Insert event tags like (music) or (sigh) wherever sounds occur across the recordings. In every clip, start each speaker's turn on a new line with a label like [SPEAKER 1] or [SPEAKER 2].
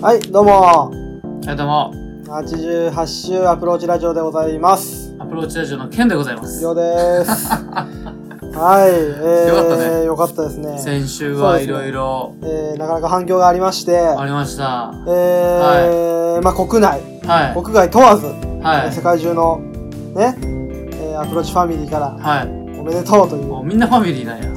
[SPEAKER 1] はい、どうも。
[SPEAKER 2] はい、どうも、
[SPEAKER 1] 88週アプローチラジオでございます。
[SPEAKER 2] アプローチラジオのケンでございま
[SPEAKER 1] 以
[SPEAKER 2] す。
[SPEAKER 1] 上
[SPEAKER 2] (laughs)
[SPEAKER 1] です。はい、えー、
[SPEAKER 2] よかったね
[SPEAKER 1] よかったですね。
[SPEAKER 2] 先週はいろいろ
[SPEAKER 1] えー、なかなか反響がありまして、
[SPEAKER 2] ありました。
[SPEAKER 1] えー、まあ国内、
[SPEAKER 2] は
[SPEAKER 1] 国外問わず、
[SPEAKER 2] い、は
[SPEAKER 1] 世界中の、ね、えーアプローチファミリーから
[SPEAKER 2] い、はい。
[SPEAKER 1] おめでとうという、
[SPEAKER 2] もうみんなファミリーなんや。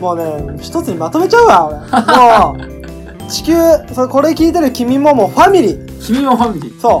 [SPEAKER 1] もうね、一つにまとめちゃうわ、俺。もう、地球、そうこれ聞いてる君ももうファミリー。
[SPEAKER 2] 君もファミリー。
[SPEAKER 1] そう。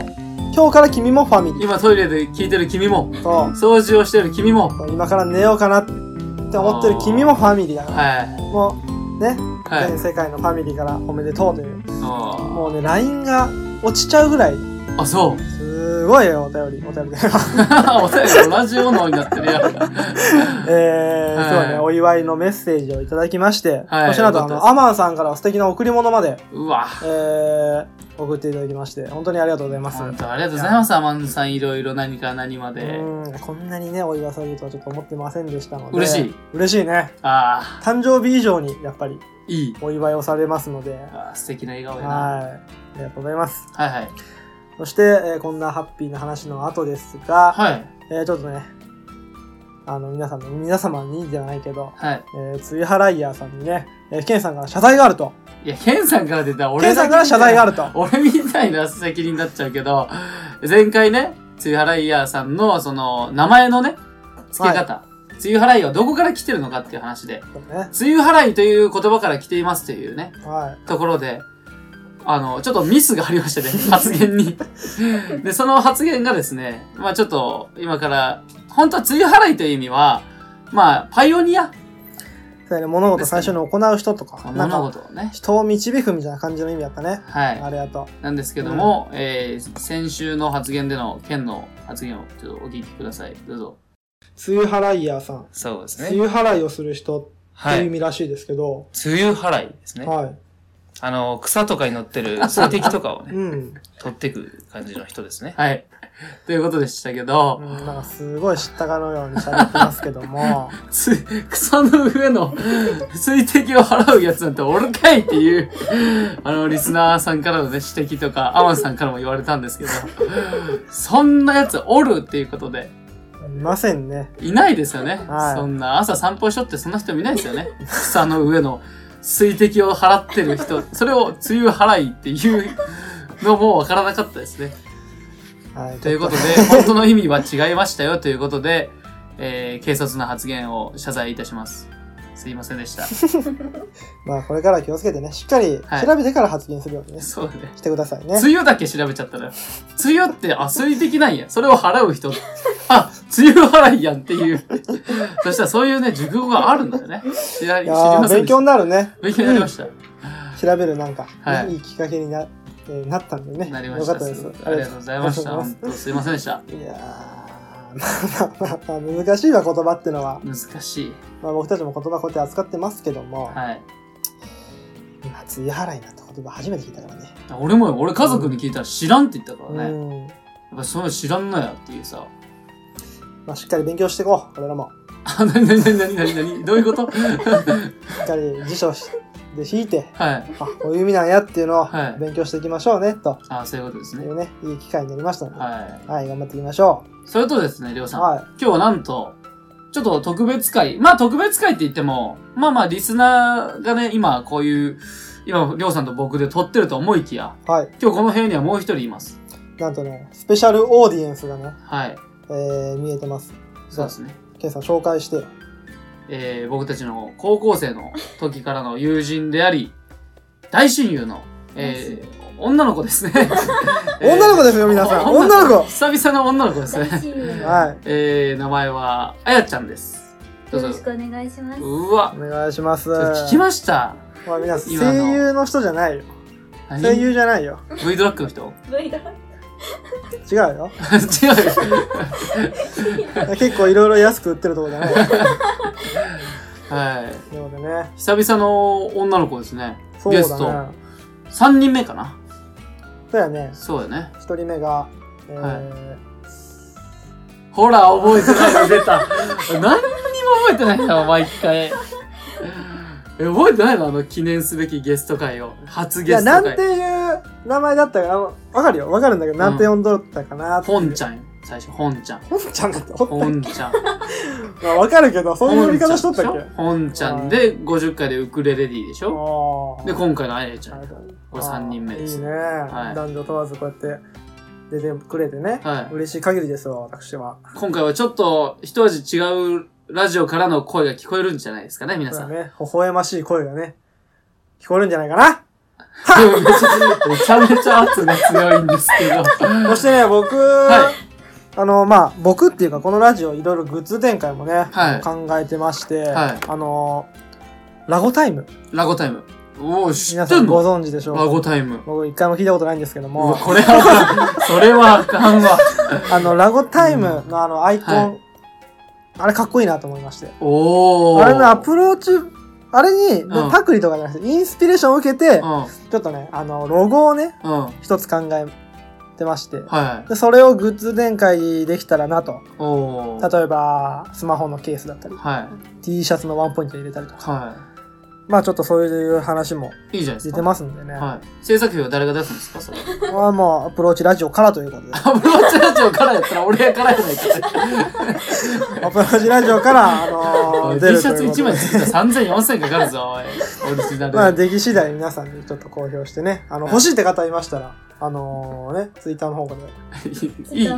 [SPEAKER 1] 今日から君もファミリー。
[SPEAKER 2] 今トイレで聞いてる君も、
[SPEAKER 1] そう。
[SPEAKER 2] 掃除をしてる君も、
[SPEAKER 1] 今から寝ようかなって思ってる君もファミリーだから、
[SPEAKER 2] は
[SPEAKER 1] もうね、
[SPEAKER 2] い、はい。
[SPEAKER 1] 全世界のファミリーからおめでとうという
[SPEAKER 2] あ
[SPEAKER 1] もうね LINE が落ちちゃうぐらい
[SPEAKER 2] ーあ、そう。 (laughs)
[SPEAKER 1] すごいよお便りお便り
[SPEAKER 2] お便りもラジオ脳になってるやん。 (laughs)
[SPEAKER 1] えー
[SPEAKER 2] はい
[SPEAKER 1] 今日はねお祝いのメッセージをいただきまして、
[SPEAKER 2] はい
[SPEAKER 1] そしてなんと
[SPEAKER 2] よ
[SPEAKER 1] あ
[SPEAKER 2] かったで
[SPEAKER 1] の
[SPEAKER 2] す
[SPEAKER 1] アマンさんから素敵な贈り物まで、
[SPEAKER 2] うわ。
[SPEAKER 1] えー送っていただきまして本当にありがとうございます
[SPEAKER 2] 本当ありがとうございます、アマンさん。いろいろ何から何まで。
[SPEAKER 1] うんこんなにねお祝いされるとはちょっと思ってませんでしたので
[SPEAKER 2] 嬉しい
[SPEAKER 1] 嬉しいね
[SPEAKER 2] ああ、
[SPEAKER 1] 誕生日以上にやっぱり
[SPEAKER 2] いい。
[SPEAKER 1] お祝いをされますので
[SPEAKER 2] あー素敵な笑顔やな。
[SPEAKER 1] はい。ありがとうございます。
[SPEAKER 2] はいはい。
[SPEAKER 1] そして、えーこんなハッピーな話の後ですが、
[SPEAKER 2] はい。
[SPEAKER 1] えーちょっとね、あの、皆さんの、皆様にではないけど、
[SPEAKER 2] はい。
[SPEAKER 1] えー、ツイハライヤーさんにね、えー、ケンさんから謝罪があると。
[SPEAKER 2] いや、ケンさんから出たら俺
[SPEAKER 1] ケンさんから謝罪があると。
[SPEAKER 2] 俺みたいな責任になっちゃうけど、前回ね、つゆはらいやーさんの、その、名前のね、付け方。つゆはらいはどこから来てるのかっていう話で、
[SPEAKER 1] そうね。
[SPEAKER 2] つゆはらいという言葉から来ていますというね、
[SPEAKER 1] はい。
[SPEAKER 2] ところで、あの、ちょっとミスがありまし
[SPEAKER 1] (laughs)
[SPEAKER 2] たね、発言に。で、その発言がですね、まあちょっと、今から、本当はつゆはらいという意味は、まあ、パイオニア
[SPEAKER 1] それね、物事最初に行う人とか、なん
[SPEAKER 2] 物
[SPEAKER 1] か、
[SPEAKER 2] 事をね。
[SPEAKER 1] 人を導くみたいな感じの意味だったね。
[SPEAKER 2] はい。
[SPEAKER 1] ありがと
[SPEAKER 2] なんですけども、えー先週の発言での県の発言をちょっとお聞きください。どうぞ。
[SPEAKER 1] う。ツイハライヤーさん。
[SPEAKER 2] そうです
[SPEAKER 1] 梅雨。払いをする人って
[SPEAKER 3] は
[SPEAKER 1] いう意
[SPEAKER 3] い。
[SPEAKER 1] 味らしいですけど、
[SPEAKER 3] 梅雨払いですね。
[SPEAKER 1] はい。
[SPEAKER 3] あの、草とかに乗ってる水滴とかをね、
[SPEAKER 1] うん。
[SPEAKER 3] 取ってく感じの人ですね。
[SPEAKER 2] はい。ということでしたけ
[SPEAKER 1] う
[SPEAKER 2] ど
[SPEAKER 1] ん、、なんかすごい知ったかのように喋ってますけど
[SPEAKER 2] (laughs)
[SPEAKER 1] も、
[SPEAKER 2] つ草の上の水滴を払うやつなんておるかいっていう、あの、リスナーさんからのね、指摘とか、アマンさんからも言われたんですけど、そんなやつおるっていうことで、
[SPEAKER 1] いませんね。
[SPEAKER 2] いないですよね。
[SPEAKER 1] はい
[SPEAKER 2] そんな、朝散歩しとってそんな人もいないですよね。草の上の水滴を払ってる人、それを梅雨払いっていうのもわからなかったですね。
[SPEAKER 1] はい。
[SPEAKER 2] ということで、本当の意味は違いましたよということで、えー、軽率な発言を謝罪いたします。すいませんでした。
[SPEAKER 1] まあこれから気をつけてね、しっかり
[SPEAKER 2] はい
[SPEAKER 1] 調べてから発言するようにね、
[SPEAKER 2] そうだね。
[SPEAKER 1] してくださいね。
[SPEAKER 2] 梅雨だけ調べちゃったら、梅雨って、あ、水滴なんや。それを払う人。あ、梅雨払いやんっていう。そしたらそういうね、熟語があるんだよね。知ら知
[SPEAKER 1] い
[SPEAKER 2] り
[SPEAKER 1] や
[SPEAKER 2] ま
[SPEAKER 1] ー勉
[SPEAKER 2] せんでした
[SPEAKER 1] 強になるね。
[SPEAKER 2] 勉強になりました。
[SPEAKER 1] 調べるなんか、
[SPEAKER 2] はい
[SPEAKER 1] い、いきっかけにな,、えーなったんでね。
[SPEAKER 2] なりま
[SPEAKER 1] よ
[SPEAKER 2] し
[SPEAKER 1] かっ
[SPEAKER 2] た。
[SPEAKER 1] たです。
[SPEAKER 2] ありがとうございました。
[SPEAKER 1] ありがとう
[SPEAKER 2] 本当すいませんでした。
[SPEAKER 1] ございますいやー、まあまあまあ難しいわ言葉ってのは、
[SPEAKER 2] 難しい。
[SPEAKER 1] まあ、僕たちも言葉こうやって扱ってますけども、
[SPEAKER 2] はい。
[SPEAKER 1] まあ梅雨払いなんて言葉初めて聞いたからね。
[SPEAKER 2] 俺もよ、俺家族に聞いたら知らんって言ったからね。やっ
[SPEAKER 1] うん
[SPEAKER 2] ぱその知らんのやっていうさ。 (laughs)
[SPEAKER 1] まあ、しっかり勉強していこう、俺らも。
[SPEAKER 2] あ、なになになになになにどういうこと (laughs) は
[SPEAKER 1] しっかり辞書しで引いて、
[SPEAKER 2] い。
[SPEAKER 1] あ、こういう意味なんやっていうのを
[SPEAKER 2] はい
[SPEAKER 1] 勉強していきましょうね、と
[SPEAKER 2] あ、そういうことです
[SPEAKER 1] い
[SPEAKER 2] ね。
[SPEAKER 1] うね、いい機会になりましたので、は、
[SPEAKER 2] はい
[SPEAKER 1] 頑張っていきましょ
[SPEAKER 2] い。それとですね、りょう
[SPEAKER 1] う。
[SPEAKER 2] さん。
[SPEAKER 1] はい。
[SPEAKER 2] 今日はなんと、ちょっと特別会。まあ特別会って言っても、まあまあリスナーがね、今こういう、今、りょうさんと僕で撮ってると思いきや、
[SPEAKER 1] はい。
[SPEAKER 2] 今日この部屋にはもう一人います。
[SPEAKER 1] なんとね、スペシャルオーディエンスがね、
[SPEAKER 2] はい。
[SPEAKER 1] えー、見えてます。
[SPEAKER 2] そうですね。
[SPEAKER 1] ケンさん紹介して。はい。
[SPEAKER 2] えー僕たちの高校生の時からの友人であり、大親友の、えー女の子ですね。
[SPEAKER 1] (laughs) 女の子ですよ皆
[SPEAKER 2] (laughs)
[SPEAKER 1] さん
[SPEAKER 2] お
[SPEAKER 1] 女の子
[SPEAKER 2] 久々の女の子ですね。 (laughs)
[SPEAKER 1] お
[SPEAKER 2] えー名前は、あやちゃんです。どうぞ
[SPEAKER 4] よろし。くお願いします。
[SPEAKER 2] うわ、
[SPEAKER 1] 願いします。
[SPEAKER 2] 聞きました。
[SPEAKER 1] まあ、皆さん、
[SPEAKER 2] 今の
[SPEAKER 1] 声優の人じゃないよ。
[SPEAKER 2] 何
[SPEAKER 1] 声優じゃないよ。
[SPEAKER 2] ?V ドラッグの人 (laughs)
[SPEAKER 4] V だ。
[SPEAKER 1] 違うよ。
[SPEAKER 2] 違うよ。
[SPEAKER 1] 結構いろいろ安く売ってるとこじゃないよ。
[SPEAKER 2] は
[SPEAKER 1] ということでね。
[SPEAKER 2] い。久々の女の子ですね。
[SPEAKER 1] そう
[SPEAKER 2] ゲス
[SPEAKER 1] だ
[SPEAKER 2] ト
[SPEAKER 1] ね。
[SPEAKER 2] 3人目かな。
[SPEAKER 1] そうやね。
[SPEAKER 2] そうよね。
[SPEAKER 1] 一人目が、えー
[SPEAKER 2] ほら、 (laughs) 覚えてないの出た。何にも覚えてないな、毎回。え覚えてないのあの記念すべきゲスト会を。初
[SPEAKER 1] い
[SPEAKER 2] ゲ
[SPEAKER 1] や、
[SPEAKER 2] ス
[SPEAKER 1] な
[SPEAKER 2] ト
[SPEAKER 1] んて
[SPEAKER 2] 会。
[SPEAKER 1] いう名前だったかなわかるよ。わかるんだけど、なんて呼んどったかなっていう
[SPEAKER 2] ほんちゃんよ。最初、ほんちゃん。
[SPEAKER 1] ほんちゃんだって、ほん
[SPEAKER 2] ほんちゃん。
[SPEAKER 1] まあわかるけど、そういう呼び方しとったっけ
[SPEAKER 2] ほんちゃんで50回でウクレレディでしょ
[SPEAKER 1] あー
[SPEAKER 2] で、今回のあやちゃん。これ
[SPEAKER 1] あー
[SPEAKER 2] 三人目で
[SPEAKER 1] い
[SPEAKER 2] す
[SPEAKER 1] いね、
[SPEAKER 2] い
[SPEAKER 1] 男女問わずこうやって出てくれてね、
[SPEAKER 2] はい
[SPEAKER 1] 嬉しい限りですわ私は
[SPEAKER 2] 今回はちょっと一味違うラジオからの声が聞こえるんじゃないですかね、皆
[SPEAKER 1] そう
[SPEAKER 2] さ
[SPEAKER 1] だ
[SPEAKER 2] ん。
[SPEAKER 1] ね微笑ましい声がね聞こえるんじゃないかな
[SPEAKER 2] (laughs) めちゃめちゃ圧が強いんですけど。
[SPEAKER 1] そしてね僕、
[SPEAKER 2] はい
[SPEAKER 1] あのまあ僕っていうかこのラジオいろいろグッズ展開もね、
[SPEAKER 2] はい
[SPEAKER 1] 考えてまして、
[SPEAKER 2] はい
[SPEAKER 1] あのラゴタイム
[SPEAKER 2] ラゴタイム。おお、知
[SPEAKER 1] 皆
[SPEAKER 2] って
[SPEAKER 1] さん
[SPEAKER 2] ん
[SPEAKER 1] ご
[SPEAKER 2] の
[SPEAKER 1] 存知でしょう
[SPEAKER 2] ラ
[SPEAKER 1] か
[SPEAKER 2] ゴタイム。
[SPEAKER 1] 僕一回も聞いたことないんですけど
[SPEAKER 2] うわ
[SPEAKER 1] も
[SPEAKER 2] これはあかん、それはあか
[SPEAKER 1] (laughs)
[SPEAKER 2] んわ。
[SPEAKER 1] あのラゴタイムのあのアイコン、
[SPEAKER 2] は
[SPEAKER 1] あれかっこいいなと思いまして
[SPEAKER 2] おお。
[SPEAKER 1] あれのアプローチ、あれに、
[SPEAKER 2] うん
[SPEAKER 1] パクリとかじゃなくて、インスピレーションを受けて、ちょっとね、あの、ロゴをね、
[SPEAKER 2] うん、うん。はい
[SPEAKER 1] 一つ考えてまして、
[SPEAKER 2] は
[SPEAKER 1] でそれをグッズ展開できたらなと。
[SPEAKER 2] い。おお。
[SPEAKER 1] 例えば、スマホのケースだったり、
[SPEAKER 2] はい。
[SPEAKER 1] T シャツのワンポイント入れたりとか。
[SPEAKER 2] は
[SPEAKER 1] まあちょっとそういう話も
[SPEAKER 2] い。いいじゃないで
[SPEAKER 1] 出て
[SPEAKER 2] すか。
[SPEAKER 1] ますんでね。
[SPEAKER 2] はい。制作費は誰が出すんですかそれ。。
[SPEAKER 1] これはもうアプローチラジオからということで
[SPEAKER 2] (laughs) アプローチラジオからやったら俺やからやないか。
[SPEAKER 1] アプローチラジオから、 (laughs)
[SPEAKER 2] (laughs)
[SPEAKER 1] あのー
[SPEAKER 2] T
[SPEAKER 1] 出る
[SPEAKER 2] シ
[SPEAKER 1] と
[SPEAKER 2] ャツ
[SPEAKER 1] いうこ
[SPEAKER 2] 1
[SPEAKER 1] と
[SPEAKER 2] 枚
[SPEAKER 1] で。
[SPEAKER 2] 作ったら3000、4000かかるぞ、おい。オリジナル。
[SPEAKER 1] まあ、出来次第皆さんにちょっと公表してね、あの、
[SPEAKER 2] はい
[SPEAKER 1] 欲しいって方いましたら、あのーね、ツイッターの方から
[SPEAKER 2] (laughs) いい。いい
[SPEAKER 1] は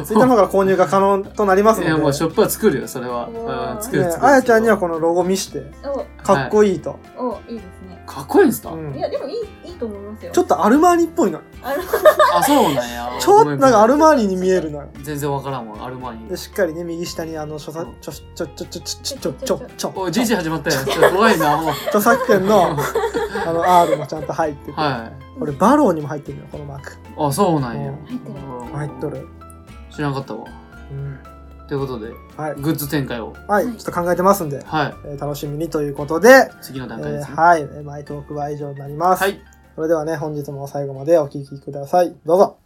[SPEAKER 1] い、ツイッターの方から購入が可能となりますの
[SPEAKER 2] い
[SPEAKER 1] で、
[SPEAKER 2] や、もうショップは作るよ、それは。
[SPEAKER 4] うわー
[SPEAKER 2] うん、作
[SPEAKER 1] ね
[SPEAKER 2] る作る。
[SPEAKER 1] あやちゃんにはこのロゴ見して、かっこいいと。
[SPEAKER 4] おおいいですね
[SPEAKER 2] かっこいいんすか
[SPEAKER 1] うん
[SPEAKER 4] いやでもいいいいと思いますよ
[SPEAKER 1] ちょっとアルマーニっぽいの。
[SPEAKER 4] あの
[SPEAKER 2] あ、そうなんや。
[SPEAKER 1] ちょっとなんかア
[SPEAKER 2] る。
[SPEAKER 1] ルマーニに見えるのよ。
[SPEAKER 2] 全然わからんわ、アルマーニ
[SPEAKER 1] で、。しっかりね、右下にあの、著作、ちょ、ちょ、ちょ、ちょ、ちょ、ちょ、ちょ、ちょ、
[SPEAKER 2] おい、じいじ始まったよ。ちょっと怖いな、もう。
[SPEAKER 1] 著作権の、あの、R もちゃんと入ってて。
[SPEAKER 2] は
[SPEAKER 1] 俺、バローにも入ってるのよ、このマーク。
[SPEAKER 2] い。あ、そうなんや。
[SPEAKER 1] う
[SPEAKER 4] 入ってる
[SPEAKER 2] うん
[SPEAKER 1] 入っと。る。
[SPEAKER 2] 知らなかったわ。
[SPEAKER 1] うん。
[SPEAKER 2] ということで、
[SPEAKER 1] はい。
[SPEAKER 2] グッズ展開を。
[SPEAKER 1] はい、ちょっと考えてますんで、
[SPEAKER 2] はい。
[SPEAKER 1] えー楽しみにということで、
[SPEAKER 2] 次の
[SPEAKER 1] え
[SPEAKER 2] 段階で
[SPEAKER 1] ー
[SPEAKER 2] すね。
[SPEAKER 1] はい、えーマイトークは以上になります。
[SPEAKER 2] はい。
[SPEAKER 1] それではね、本日も最後までお聞きください。どうぞ。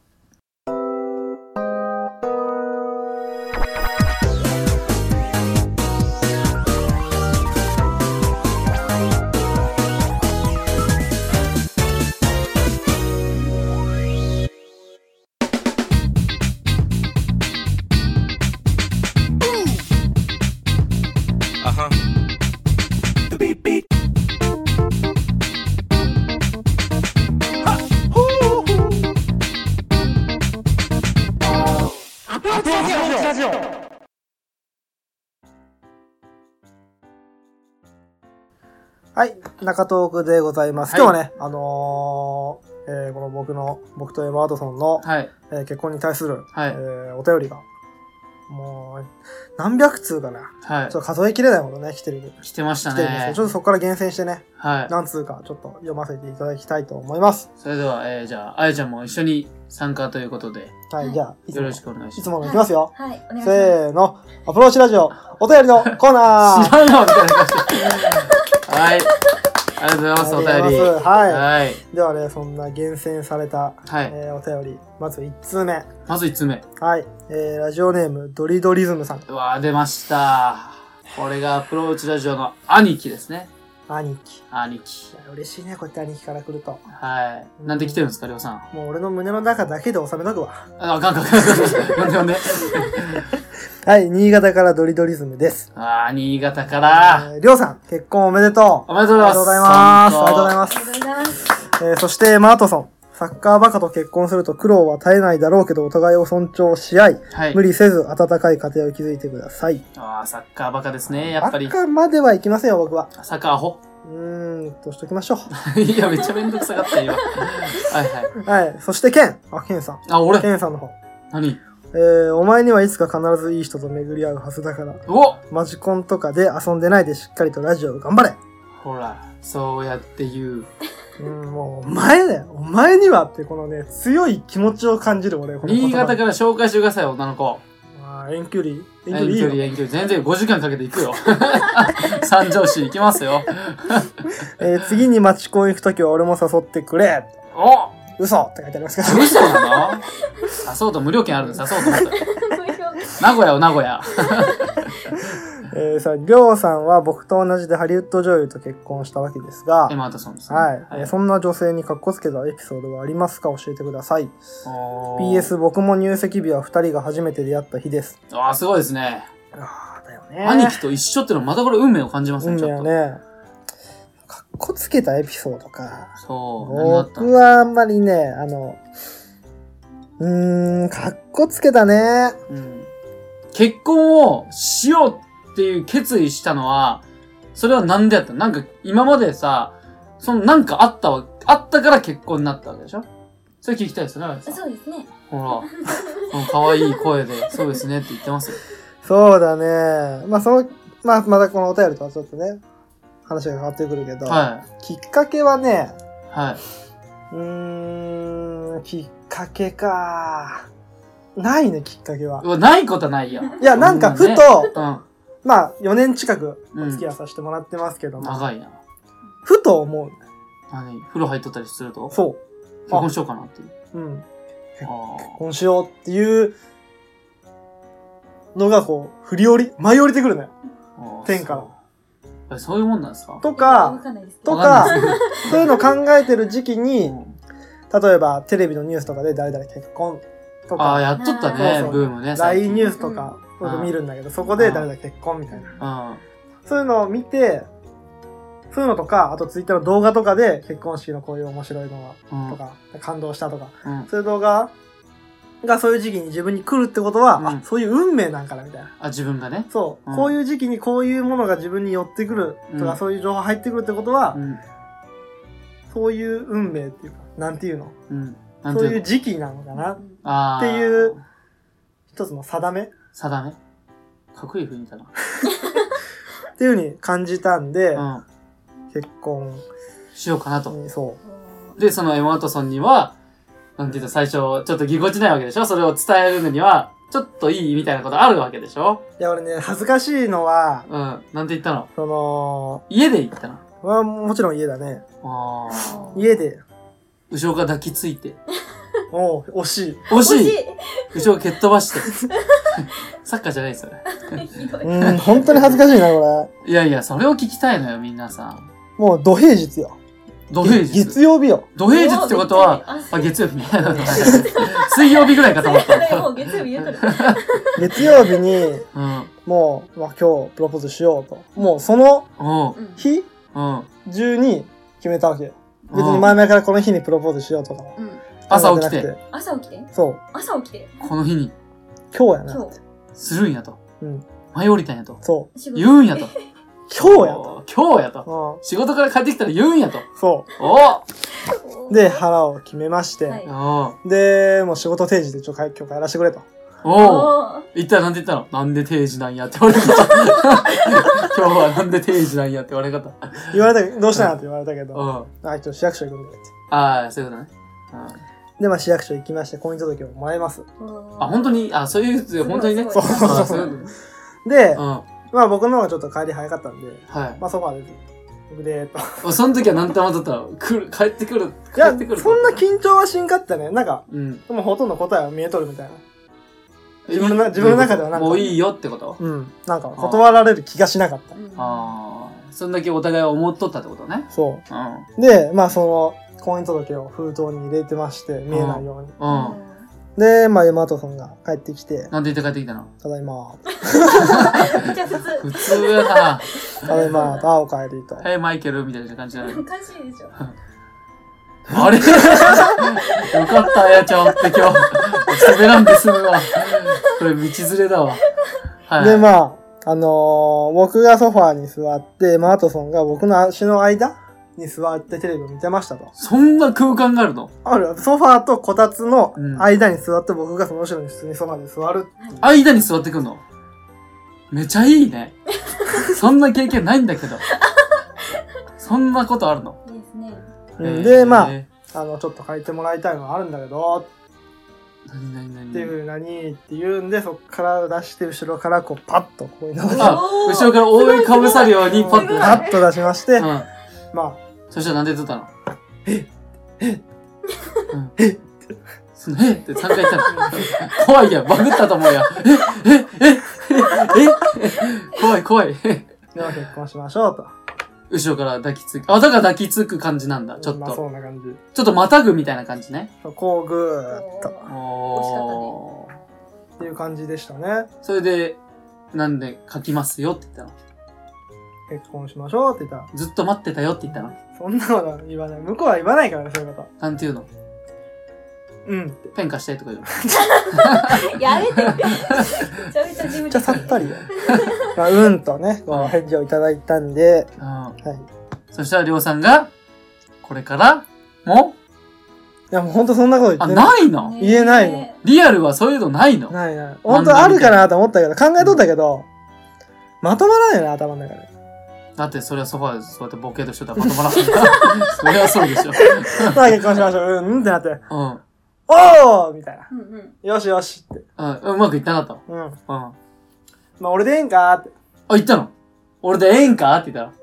[SPEAKER 1] はい、中トークでございます。
[SPEAKER 2] はい
[SPEAKER 1] 今日はね、あのーえーこの僕の、僕とエマートソンの、
[SPEAKER 2] はい。
[SPEAKER 1] えー結婚に対する、
[SPEAKER 2] は
[SPEAKER 1] え
[SPEAKER 2] い。
[SPEAKER 1] ーお便りが、もう、何百通かな。
[SPEAKER 2] は
[SPEAKER 1] ちょっと数えきれないほどね、来てる、
[SPEAKER 2] い。来てました
[SPEAKER 1] 来てるんですけど、
[SPEAKER 2] ね
[SPEAKER 1] ちょ。っとそこから厳選してね、
[SPEAKER 2] はい。
[SPEAKER 1] 何通かちょっと読ませていただきたいと思います。
[SPEAKER 2] それでは、えー、じゃあ、あやちゃんも一緒に参加ということで、
[SPEAKER 1] はい、じゃあ、いつ
[SPEAKER 2] よ
[SPEAKER 1] もの、
[SPEAKER 2] ろ
[SPEAKER 1] い
[SPEAKER 2] しくお願いします
[SPEAKER 1] つ。ものいきますよ。
[SPEAKER 4] はいお願いします
[SPEAKER 1] せーの、アプローチラジオ、お便りのコー (laughs)
[SPEAKER 2] (laughs)
[SPEAKER 1] ナー
[SPEAKER 2] 知らんわ、みたいな感じ。はい。ありがとうございます、お
[SPEAKER 1] ありがとう
[SPEAKER 2] 便
[SPEAKER 1] ご
[SPEAKER 2] り。
[SPEAKER 1] ざいますは
[SPEAKER 2] はい。
[SPEAKER 1] い。ではね、そんな厳選された、
[SPEAKER 2] はい。
[SPEAKER 1] えーお便り、まず1通目。
[SPEAKER 2] まず1つ目。
[SPEAKER 1] はい、えー、ラジオネームドリドリズムさん
[SPEAKER 2] うわー、出ました。これがアプローチラジオの兄貴ですね。
[SPEAKER 1] 兄貴い
[SPEAKER 2] 兄貴。
[SPEAKER 1] や嬉しいねこうやって兄貴から来ると
[SPEAKER 2] はい。なんで来てるんですか、りょうさん。
[SPEAKER 1] もう俺の胸の中だけで収めとくわ
[SPEAKER 2] あ、あかんかんあかんあかん。呼んで呼んで。
[SPEAKER 1] はい新潟からドリドリズムです
[SPEAKER 2] あー、新潟から。
[SPEAKER 1] えーりょうさん結婚おめでとう
[SPEAKER 2] おめでとう
[SPEAKER 1] あ
[SPEAKER 2] ご
[SPEAKER 1] り
[SPEAKER 2] ざ
[SPEAKER 1] が
[SPEAKER 2] い
[SPEAKER 1] とうございますあ
[SPEAKER 2] ます。
[SPEAKER 1] りがとうござい
[SPEAKER 2] い
[SPEAKER 1] ま
[SPEAKER 4] ありがとう
[SPEAKER 1] す、
[SPEAKER 4] ございます
[SPEAKER 1] えー、そしてマートソンサッカーバカと結婚すると苦労は絶えないだろうけどお互いを尊重し合い
[SPEAKER 2] ます。はい
[SPEAKER 1] 無。理せず温かい家庭を築いてください
[SPEAKER 2] あー、サッカーバカですね、やっぱり
[SPEAKER 1] バ。カまではいきませんよ僕は
[SPEAKER 2] サッカーアホ。 (laughs)
[SPEAKER 1] うーんとしときましょう
[SPEAKER 2] いや、めっちゃめんどくさかった、今。はいはい。
[SPEAKER 1] はいそしてケンあケンさん
[SPEAKER 2] あ、俺
[SPEAKER 1] ケンさんの方
[SPEAKER 2] 何
[SPEAKER 1] えーお前にはいつか必ずいい人と巡り合うはずだから、
[SPEAKER 2] お
[SPEAKER 1] マジコンとかで遊んでないでしっかりとラジオを頑張れ
[SPEAKER 2] ほら、そうやって言う。
[SPEAKER 1] うん、もう、お前だよお前にはって、このね、強い気持ちを感じる俺、この言葉
[SPEAKER 2] 新潟から紹介してください、女の子。
[SPEAKER 1] まあ、遠距離遠距
[SPEAKER 2] 遠
[SPEAKER 1] 離いい
[SPEAKER 2] 距
[SPEAKER 1] よ
[SPEAKER 2] 離、遠距離。全然5時間かけて行くよ。 (laughs) 三条市行きますよ。
[SPEAKER 1] えー次にマチコン行くときは俺も誘ってくれ
[SPEAKER 2] お
[SPEAKER 1] 嘘って書いてありますけど。
[SPEAKER 2] 嘘なの (laughs) 誘うと無料券あるんで誘おうと思った。名古屋を名古屋。
[SPEAKER 1] ええー、さあ、りょうさんは僕と同じでハリウッド女優と結婚したわけですが、
[SPEAKER 2] エマ・アトソンですね。
[SPEAKER 1] はい、えーそんな女性にかっこつけたエピソードはありますか教えてください。
[SPEAKER 2] おー
[SPEAKER 1] PS、僕も入籍日は2人が初めて出会った日です。
[SPEAKER 2] ああ、すごいですね。
[SPEAKER 1] ああ、だよね。
[SPEAKER 2] 兄貴と一緒ってのはまたこれ運命を感じます
[SPEAKER 1] 運
[SPEAKER 2] ね、
[SPEAKER 1] 命
[SPEAKER 2] ちょ
[SPEAKER 1] や
[SPEAKER 2] っと。
[SPEAKER 1] ね。かっこつけたエピソードか。
[SPEAKER 2] そう、何があった
[SPEAKER 1] 僕はあんまりね、あの、うーん、かっこつけたね。
[SPEAKER 2] うん、結婚をしようっていう決意したのは、それは何でやったのなんか今までさ、そのなんかあったわ、あったから結婚になったわけでしょそれ聞きたいですよね、荒木さん
[SPEAKER 4] そうですね。
[SPEAKER 2] ほら、この可愛い声で、そうですねって言ってますよ。
[SPEAKER 1] そうだね。まあ、その、まあ、またこのお便りとはちょっとね、話が変わってくるけど、
[SPEAKER 2] は
[SPEAKER 1] きっかけはね、
[SPEAKER 2] い、はい。
[SPEAKER 1] うーん、きっかけか。ないね、きっかけは
[SPEAKER 2] う。わないことはないやん。
[SPEAKER 1] いや、なんかふ
[SPEAKER 2] ね
[SPEAKER 1] と、
[SPEAKER 2] うん、
[SPEAKER 1] まあ、4年近くお付き合いさせてもらってますけども、
[SPEAKER 2] 長いな。
[SPEAKER 1] ふと思う。
[SPEAKER 2] 何風呂入っとったりすると結
[SPEAKER 1] そ
[SPEAKER 2] 婚しようかなっていう。
[SPEAKER 1] う。うん。
[SPEAKER 2] あ
[SPEAKER 1] こうしようっていうのが、こう、振り降り、舞い降りてくるのよ。
[SPEAKER 2] ーあー
[SPEAKER 1] 天下の
[SPEAKER 2] そうえそういうもんなんですか
[SPEAKER 1] と
[SPEAKER 4] わ
[SPEAKER 1] か、
[SPEAKER 4] かんないですけ
[SPEAKER 1] と
[SPEAKER 4] ど。
[SPEAKER 2] わかんない
[SPEAKER 1] そういうのを考えてる時期
[SPEAKER 2] で
[SPEAKER 1] に
[SPEAKER 2] す、うん
[SPEAKER 1] 例えばテレビのニュースとかで誰々結婚と
[SPEAKER 2] ああ、
[SPEAKER 1] か、
[SPEAKER 2] やっとったね
[SPEAKER 1] そ、うそう
[SPEAKER 2] ブームね。最
[SPEAKER 1] LINE
[SPEAKER 2] 近
[SPEAKER 1] ニュースとか
[SPEAKER 4] うん
[SPEAKER 1] 僕見るんだけど、そこで誰々結婚みたいな。
[SPEAKER 2] うん。
[SPEAKER 1] そういうのを見て、そういうのとか、あとツイッターの動画とかで結婚式のこういう面白いの
[SPEAKER 2] う
[SPEAKER 1] が
[SPEAKER 2] ん
[SPEAKER 1] とか、感動したとか、
[SPEAKER 2] うん
[SPEAKER 1] そういう動画がそういう時期に自分に来るってことは、
[SPEAKER 2] うん
[SPEAKER 1] あ、そういう運命なんかなみたいな。
[SPEAKER 2] あ、自分がね。
[SPEAKER 1] そう、
[SPEAKER 2] うん
[SPEAKER 1] こういう時期にこういうものが自分に寄ってくるとか、
[SPEAKER 2] うん
[SPEAKER 1] そういう情報入ってくるってことは、
[SPEAKER 2] うん。
[SPEAKER 1] そういう運命っていうか、なんていうの
[SPEAKER 2] うん。なん
[SPEAKER 1] そ
[SPEAKER 2] て
[SPEAKER 1] う
[SPEAKER 2] い
[SPEAKER 1] いうう
[SPEAKER 2] か
[SPEAKER 1] 時期なのかな
[SPEAKER 2] あー
[SPEAKER 1] っていう。一つの定めっ
[SPEAKER 2] 定め。かっこいい風に言った
[SPEAKER 1] ていうふうに感じたんで、
[SPEAKER 2] な。
[SPEAKER 1] 結婚
[SPEAKER 2] うん。しようかなと。
[SPEAKER 1] に、そ
[SPEAKER 2] で、そのエマ・アトソンには、なんていうの、最初、ちょっとぎこちないわけでしょそれを伝えるのには、ちょっといいみたいなことあるわけでしょ
[SPEAKER 1] う。いや、俺ね、恥ずかしいのは、
[SPEAKER 2] うん。なんて言ったの
[SPEAKER 1] その、
[SPEAKER 2] 家で言ったの。
[SPEAKER 1] まあ、もちろん家だね。
[SPEAKER 2] ああ。
[SPEAKER 4] あー
[SPEAKER 1] 家で、
[SPEAKER 2] 後ろから抱きついて。
[SPEAKER 1] もう、惜しい。
[SPEAKER 2] 惜
[SPEAKER 4] 惜
[SPEAKER 2] し
[SPEAKER 4] し
[SPEAKER 2] い後ろ蹴っ飛ばして。サッカーじゃないですよね。
[SPEAKER 4] い。ひどい。
[SPEAKER 1] うん、本当に恥ずかしいな、こ
[SPEAKER 2] いやいや、それを聞きたいのよ、みんなさん。
[SPEAKER 1] れ。もう、土平日よ。
[SPEAKER 2] 土平
[SPEAKER 1] げ
[SPEAKER 2] 日。
[SPEAKER 1] 月曜日よ。
[SPEAKER 2] 土平日ってことは、
[SPEAKER 4] あ、
[SPEAKER 2] あ、月曜日ね。水曜日ぐらいかと思っ
[SPEAKER 4] も
[SPEAKER 2] た。
[SPEAKER 4] う月曜日言
[SPEAKER 2] (laughs)
[SPEAKER 4] うとる。
[SPEAKER 1] 月曜日に、
[SPEAKER 2] うん。
[SPEAKER 1] もう、まあ、今日、プロポーズしようと。もう、その
[SPEAKER 2] おう。
[SPEAKER 4] うん
[SPEAKER 1] 日
[SPEAKER 2] うん。
[SPEAKER 1] 中に決めたわけよ。別
[SPEAKER 2] う
[SPEAKER 1] に
[SPEAKER 2] ん
[SPEAKER 1] 前々からこの日にプロポーズしようとかも。
[SPEAKER 4] うん。
[SPEAKER 2] 朝起き
[SPEAKER 1] 考
[SPEAKER 2] て
[SPEAKER 1] えなく。
[SPEAKER 4] 朝起きて
[SPEAKER 1] そう。
[SPEAKER 4] 朝起きて
[SPEAKER 2] この日に
[SPEAKER 1] 今日やな。
[SPEAKER 4] 今日
[SPEAKER 2] するんやと。
[SPEAKER 1] うん。
[SPEAKER 2] 舞い降りたんやと。
[SPEAKER 1] そう。
[SPEAKER 4] 仕
[SPEAKER 2] 言うんや
[SPEAKER 4] (laughs)
[SPEAKER 2] と。
[SPEAKER 1] 今日やと。
[SPEAKER 2] と。今日やと。
[SPEAKER 1] う
[SPEAKER 2] 仕事から帰ってきたら言うんやと。
[SPEAKER 1] ん。そ
[SPEAKER 2] お
[SPEAKER 1] う。で、腹を決めまして。
[SPEAKER 4] はい
[SPEAKER 2] お
[SPEAKER 1] で、もう仕事定時でちょ、帰今日帰らせてくれと。
[SPEAKER 2] おお
[SPEAKER 4] おー
[SPEAKER 2] 言ったらなんて言ったのなんで定時なんやって言われた。
[SPEAKER 1] (laughs)
[SPEAKER 2] 今日はなんで定時なんやって言われ方。
[SPEAKER 1] 言われたけど、どうしたんやって言われたけど、
[SPEAKER 2] うん。
[SPEAKER 1] あ、ちょっと市役所行くんだよって。
[SPEAKER 2] ああ、そういうことね。
[SPEAKER 1] で、まあ市役所行きまして、婚姻届をもらいます。
[SPEAKER 2] あ、本当に、あ、そういう、本当にね。
[SPEAKER 4] そうそう
[SPEAKER 1] そう
[SPEAKER 2] あそういうこと
[SPEAKER 1] で、
[SPEAKER 2] うん。
[SPEAKER 1] まあ僕の方がちょっと帰り早かったんで、
[SPEAKER 2] はい。
[SPEAKER 1] まあソファーで、僕
[SPEAKER 2] (laughs)
[SPEAKER 1] でーっと。
[SPEAKER 2] その時は何て思っとったの来る、帰ってくる、
[SPEAKER 1] い
[SPEAKER 2] 帰
[SPEAKER 1] や、
[SPEAKER 2] っ
[SPEAKER 1] そ
[SPEAKER 2] てくる。
[SPEAKER 1] んな緊張はしんかったね。なんか、
[SPEAKER 2] うん。
[SPEAKER 1] もうほとんど答えは見えとるみたいな。自分の自分の中ではなんか
[SPEAKER 2] もういいよってこと
[SPEAKER 1] うん。なんか断られる気がしなかった。
[SPEAKER 2] ああ。そんだけお互い思っとったってことね。
[SPEAKER 1] そ
[SPEAKER 2] うん。
[SPEAKER 1] う。で、まあその、婚姻届を封筒に入れてまして、見えないように。
[SPEAKER 2] うん。
[SPEAKER 1] で、まあ山本さんが帰ってきて、
[SPEAKER 2] なんて言って帰ってきたの
[SPEAKER 1] ただいま、
[SPEAKER 4] めっちゃ普
[SPEAKER 2] 普
[SPEAKER 4] 通
[SPEAKER 2] 通やな。 (laughs)
[SPEAKER 1] ただいま、あ、お帰りと。
[SPEAKER 2] はい、マイケルみたいな感じじゃない
[SPEAKER 4] おかしいでしょ
[SPEAKER 2] あれ (laughs) よかった、あやちゃんおって今日。滑らんで済むわ。これ道連れだわ。はい。
[SPEAKER 1] で、まあ、あのー僕がソファーに座って、マートソンが僕の足の間に座ってテレビを見てましたと。
[SPEAKER 2] そんな空間があるの
[SPEAKER 1] あるソファーとこたつの間に座って、僕がその後ろに普通にソファーで座る。
[SPEAKER 2] 間に座ってくんのめちゃいいね。そんな経験ないんだけど。そんなことあるの
[SPEAKER 4] いいですね
[SPEAKER 1] うんで、ま
[SPEAKER 2] え
[SPEAKER 1] あ、あの、ちょっと書いてもらいたいのはあるんだけど、
[SPEAKER 2] ー何何何
[SPEAKER 1] っていう、何って言うんで、そっから出して、後ろからこう、パッとこういうのを、
[SPEAKER 2] あ
[SPEAKER 4] おー
[SPEAKER 2] 後ろから覆いかぶさるようにパッと
[SPEAKER 1] パッと出しまして、
[SPEAKER 2] うん
[SPEAKER 1] まあ、
[SPEAKER 2] そしたら何で言っとったのえええそのえって3回言ったの怖いやんバグったと思うやんえええええええ怖い怖い。
[SPEAKER 1] では結婚しましょうと。
[SPEAKER 2] 後ろから抱きつく。あ、だから抱きつく感じなんだ。ちょっ
[SPEAKER 1] まあそ
[SPEAKER 2] と。
[SPEAKER 1] んな感じ。
[SPEAKER 2] ちょっとまたぐみたいな感じね。
[SPEAKER 1] そうこうぐーっと。
[SPEAKER 2] おー。
[SPEAKER 1] っていう感じでしたね。
[SPEAKER 2] それで、なんで書きますよって言ったの。
[SPEAKER 1] 結婚しましょうって言った
[SPEAKER 2] ずっと待ってたよって言ったの。
[SPEAKER 1] ら。そんなこと言わない。向こうは言わないからね、そういうこと。
[SPEAKER 2] なんていうの
[SPEAKER 1] うんって。
[SPEAKER 2] ペン貸してとか言うの。
[SPEAKER 4] やめ (laughs) て。めちゃめちゃ自分
[SPEAKER 1] めっちゃさっぱ
[SPEAKER 2] (laughs)
[SPEAKER 1] りだよまあ、うんとね、こう返事をいただいたんで、
[SPEAKER 2] うん。
[SPEAKER 1] はい。い
[SPEAKER 2] そしたらりょうさんが、これからも、
[SPEAKER 1] や、もうほんとそんなこと言
[SPEAKER 2] あ、
[SPEAKER 1] ってない。
[SPEAKER 2] ないの
[SPEAKER 1] 言えないの
[SPEAKER 4] ね
[SPEAKER 2] リアルはそういうのないの
[SPEAKER 1] ないない。ほんとあるかなと思ったけど、考えとったけど、まとまらないよね、頭の中で。
[SPEAKER 2] だってそれはソファーでそうやってボケとしてたらまとまらない
[SPEAKER 1] (laughs)
[SPEAKER 2] から。それはそうでしょ。
[SPEAKER 1] さあ結婚しましょう、うん、うんってなって、
[SPEAKER 2] うん。
[SPEAKER 1] おーみたいな。
[SPEAKER 4] えうんうん。
[SPEAKER 1] よしよしって。
[SPEAKER 2] うん、うまくいったなと。
[SPEAKER 1] うん。
[SPEAKER 2] うん。あ、
[SPEAKER 1] まあ、俺でええんかって。
[SPEAKER 2] 言ったの俺でええんかって言ったら。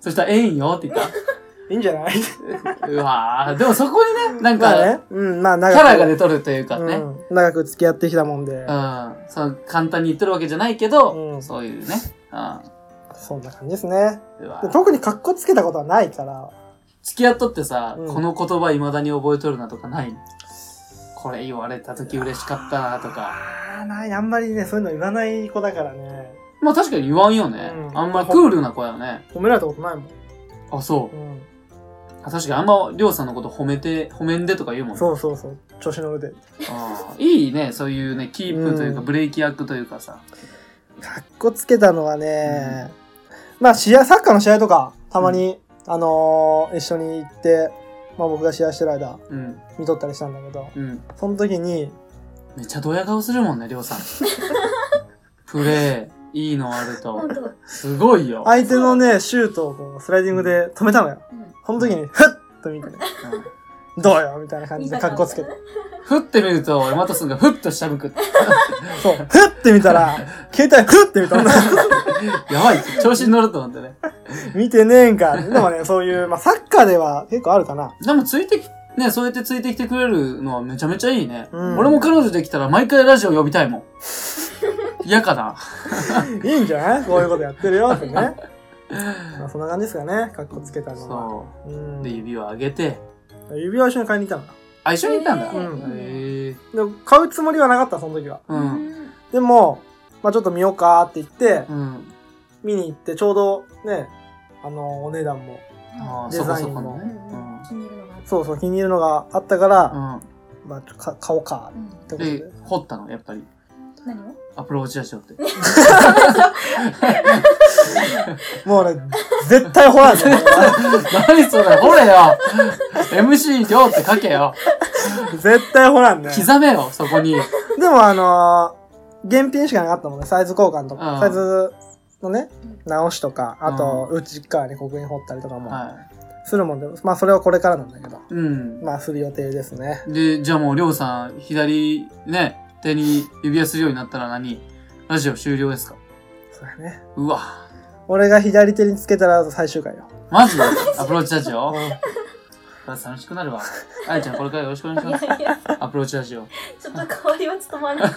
[SPEAKER 2] そしたらええんよって言っ
[SPEAKER 1] いいんじゃない
[SPEAKER 2] (laughs) た。うわぁ。でもそこにね、なん
[SPEAKER 1] まあ
[SPEAKER 2] か、
[SPEAKER 1] ね。うん、まあ、
[SPEAKER 2] キ
[SPEAKER 1] 長く。
[SPEAKER 2] ャラが出とるというかね。
[SPEAKER 1] うん、長く付き合ってきたもんで
[SPEAKER 2] う、ん。その簡単に言ってるわけじゃないけど、
[SPEAKER 1] うん
[SPEAKER 2] そういうね。う
[SPEAKER 1] そんな感じですね。
[SPEAKER 2] ん。うわ
[SPEAKER 1] で特に格好つけたことはないから、
[SPEAKER 2] 付き合っとってさ、
[SPEAKER 1] うん
[SPEAKER 2] この言葉未だに覚えとるなとかないのこれ言われた時嬉しかったなとか。
[SPEAKER 1] あーない、あんまりね、そういうの言わない子だからね、
[SPEAKER 2] まあ確かに言わんよね。
[SPEAKER 1] うん
[SPEAKER 2] あんまりクールな子やよね。
[SPEAKER 1] 褒められたことないもん。
[SPEAKER 2] あ、そうう。
[SPEAKER 1] ん。
[SPEAKER 2] あ確かにあんまりょうさんのこと褒めて、褒めんでとか言うもんね。
[SPEAKER 1] そうそうそう、調子乗るで。
[SPEAKER 2] あーいいね、そういうね、キープというか、
[SPEAKER 1] うん
[SPEAKER 2] ブレーキ役というかさ。
[SPEAKER 1] 格好つけたのはね、まあ試合、サッカーの試合とか、たまに、あのー一緒に行って、まあ僕が試合してる間、
[SPEAKER 2] うん、
[SPEAKER 1] 見とったりしたんだけど、
[SPEAKER 2] うん。
[SPEAKER 1] その時に、
[SPEAKER 2] めっちゃドヤ顔するもんね、りょうさん。
[SPEAKER 1] (laughs)
[SPEAKER 2] プレー、いいのあると
[SPEAKER 4] 本。当。
[SPEAKER 2] すごいよ。
[SPEAKER 1] 相手のね、シュートをこうスライディングで止めたのよ。
[SPEAKER 4] うん
[SPEAKER 1] その時に、ふっと見て、
[SPEAKER 2] うん
[SPEAKER 1] どうよみたいな感じで格好つけて。
[SPEAKER 2] ふってみると、俺またすんが、ふっと下向く。 (laughs)
[SPEAKER 1] そう、ふって見たら、携帯ふって見たの。 (laughs)
[SPEAKER 2] やばい、調子に乗ると思ってね。
[SPEAKER 1] 見てねえんか。でもね、そういう、まあ、サッカーでは結構あるかな。
[SPEAKER 2] でもついてき、ね、そうやってついてきてくれるのはめちゃめちゃいいね。
[SPEAKER 1] うん
[SPEAKER 2] 俺も彼女できたら毎回ラジオ呼びた
[SPEAKER 1] (laughs)
[SPEAKER 2] いもん。嫌かな。
[SPEAKER 1] いいんじゃないこういうことやってるよってね。まあ、そんな感じですかね。かっこつけたのは。
[SPEAKER 2] そうう。
[SPEAKER 1] ん
[SPEAKER 2] で、。指を上げて、
[SPEAKER 1] 指輪を一緒に買いに行ったんだ。
[SPEAKER 2] あ、一緒に行ったんだ。
[SPEAKER 4] うん
[SPEAKER 2] へえ。
[SPEAKER 1] でも買うつもりはなかった、その時は。
[SPEAKER 2] う。
[SPEAKER 4] うんん。
[SPEAKER 1] でも、まあ、ちょっと見ようかって言って
[SPEAKER 2] う、ん。
[SPEAKER 1] 見に行って、ちょうどね、あの、お値段も、
[SPEAKER 2] ああ、
[SPEAKER 1] デ
[SPEAKER 2] そこ
[SPEAKER 1] ザイ
[SPEAKER 2] そ
[SPEAKER 1] ン
[SPEAKER 2] こ
[SPEAKER 1] も
[SPEAKER 2] のね。
[SPEAKER 4] うんうん。気に入るのがあった。
[SPEAKER 1] そうそう、気に入るのがあったから、
[SPEAKER 2] うん。
[SPEAKER 1] まあ、ちょか買おうか
[SPEAKER 4] うん
[SPEAKER 1] ってこと
[SPEAKER 2] で
[SPEAKER 1] で。、
[SPEAKER 2] 掘ったの、やっぱり。
[SPEAKER 4] 何を
[SPEAKER 2] アプローチだしよって。 (laughs)
[SPEAKER 1] もうね、絶対掘ら
[SPEAKER 2] (laughs)
[SPEAKER 1] んぞ。
[SPEAKER 2] 何それ、掘
[SPEAKER 1] (laughs)
[SPEAKER 2] れよ !MC 量って書けよ
[SPEAKER 1] 絶対掘らんね。
[SPEAKER 2] 刻めよ、そこに。
[SPEAKER 1] でもあのー、現品しかなかったもんね。サイズ交換と
[SPEAKER 2] う
[SPEAKER 1] か、
[SPEAKER 2] ん
[SPEAKER 1] サイズのね
[SPEAKER 4] うん、
[SPEAKER 1] 直しとか、あと、内側に刻印掘ったりとかも
[SPEAKER 2] は
[SPEAKER 1] するもんで、まあそれはこれからなんだけど、
[SPEAKER 2] い。うん。
[SPEAKER 1] まあする予定ですね。
[SPEAKER 2] で、じゃあもう、りょうさん、左、ね、手に指輪するようになったら何ラジオ終了ですか
[SPEAKER 1] そうだね。
[SPEAKER 2] うわ、
[SPEAKER 1] 俺が左手につけたら最終回よ。
[SPEAKER 2] マ
[SPEAKER 1] (laughs)
[SPEAKER 2] ジでアプローチラジオ
[SPEAKER 1] う
[SPEAKER 2] 楽しくなるわ。あやちゃん、これからよろしくお願いし
[SPEAKER 4] い
[SPEAKER 2] ま
[SPEAKER 4] や
[SPEAKER 2] す。
[SPEAKER 4] いや、
[SPEAKER 2] アプローチラジオ。
[SPEAKER 4] ちょっと代わりは務まらない。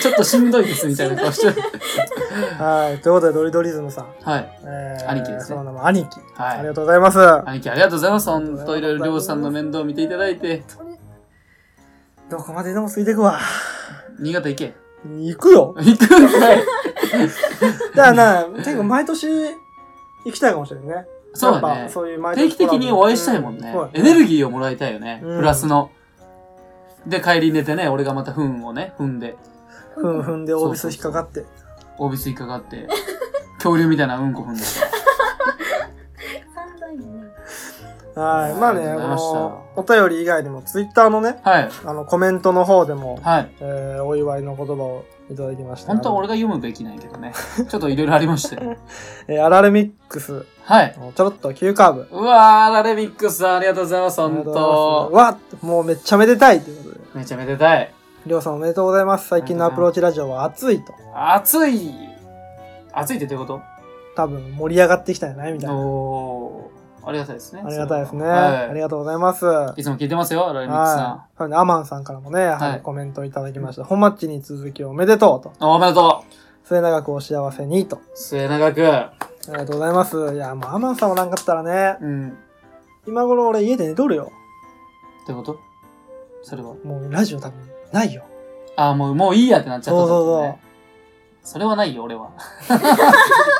[SPEAKER 2] ちょっとしんどいです、みたいな顔して
[SPEAKER 1] (laughs)
[SPEAKER 2] る。
[SPEAKER 1] ん
[SPEAKER 2] (laughs)
[SPEAKER 1] はい。ということで、ドリドリズムさん。
[SPEAKER 2] はい。
[SPEAKER 1] えー、
[SPEAKER 2] 兄貴ですね
[SPEAKER 1] その名も兄貴。あり
[SPEAKER 2] は
[SPEAKER 1] が
[SPEAKER 2] い。
[SPEAKER 1] とうございます。
[SPEAKER 2] 兄貴、ありがとうございます。ほんと、いろいろりょうさんの面倒を見ていただいて、
[SPEAKER 1] どこまででもついてくわ。
[SPEAKER 2] 新潟行け。
[SPEAKER 1] 行くよ。
[SPEAKER 2] 行くんかい
[SPEAKER 1] だからな、結構毎年行きたいかもしれないね。
[SPEAKER 2] そうだ
[SPEAKER 1] やっ
[SPEAKER 2] ね
[SPEAKER 1] ぱ。そういう毎
[SPEAKER 2] 定
[SPEAKER 1] 年
[SPEAKER 2] 期的にお会いしたいもんね
[SPEAKER 1] うそう。だ
[SPEAKER 2] エネルギーをもらいたいよね。
[SPEAKER 1] うん
[SPEAKER 2] プラスの。で、帰り寝てね、俺がまた糞をね、踏んで、
[SPEAKER 1] ふんふんでオービス引っかかって。
[SPEAKER 2] オービス引っかかって、恐竜みたいなうんこ踏んで。
[SPEAKER 4] 三代目ね。
[SPEAKER 1] はい。まあね、
[SPEAKER 2] あり
[SPEAKER 1] こ
[SPEAKER 2] がとうござい
[SPEAKER 1] の、お便り以外にも、ツイッターのね、
[SPEAKER 2] はい。
[SPEAKER 1] あの、コメントの方でも、
[SPEAKER 2] はい。
[SPEAKER 1] えー、お祝いの言葉をいただきました。
[SPEAKER 2] 本当は俺
[SPEAKER 1] が。
[SPEAKER 2] が読むべきないけどね。ちょっといろいろありまして。
[SPEAKER 1] えー、アラレミックス、
[SPEAKER 2] はい。
[SPEAKER 1] ちょろっと急カーブ。
[SPEAKER 2] うわー、ラレミックスさん、ありがとうございます、本
[SPEAKER 1] とう
[SPEAKER 2] 当
[SPEAKER 1] ございますわっもうめっちゃめでたいということで。
[SPEAKER 2] めちゃめでたい。
[SPEAKER 1] りょうさんおめでとうございます。最近のアプローチラジオは熱いと。
[SPEAKER 2] 熱い。熱いってどういうこ
[SPEAKER 1] 多分盛り上がってきたんじゃないみたい
[SPEAKER 2] と
[SPEAKER 1] な。
[SPEAKER 2] おー。ありがたいですね。
[SPEAKER 1] ありがたいですね。あり
[SPEAKER 2] は。
[SPEAKER 1] がとうございます。はい
[SPEAKER 2] いつも聞いてますよ、ラレミックスさ
[SPEAKER 1] い。そうねアマンさんからもね、やは
[SPEAKER 2] は
[SPEAKER 1] り
[SPEAKER 2] い
[SPEAKER 1] コメントいただきました。本マッチに続きおめでとうと。
[SPEAKER 2] ん。おめでと
[SPEAKER 1] 末永くお幸せにと。
[SPEAKER 2] 末永く。
[SPEAKER 1] ありがとうございます。いや、もうアマンさんおらんかったらね、
[SPEAKER 2] うん。っ
[SPEAKER 1] 今頃俺家で寝とるよ。
[SPEAKER 2] てことそれは。
[SPEAKER 1] もうラジオ多分ないよ。
[SPEAKER 2] ああ、もう、もういいやってなっちゃったってことね、それはないよ、
[SPEAKER 1] (laughs)
[SPEAKER 2] 俺は。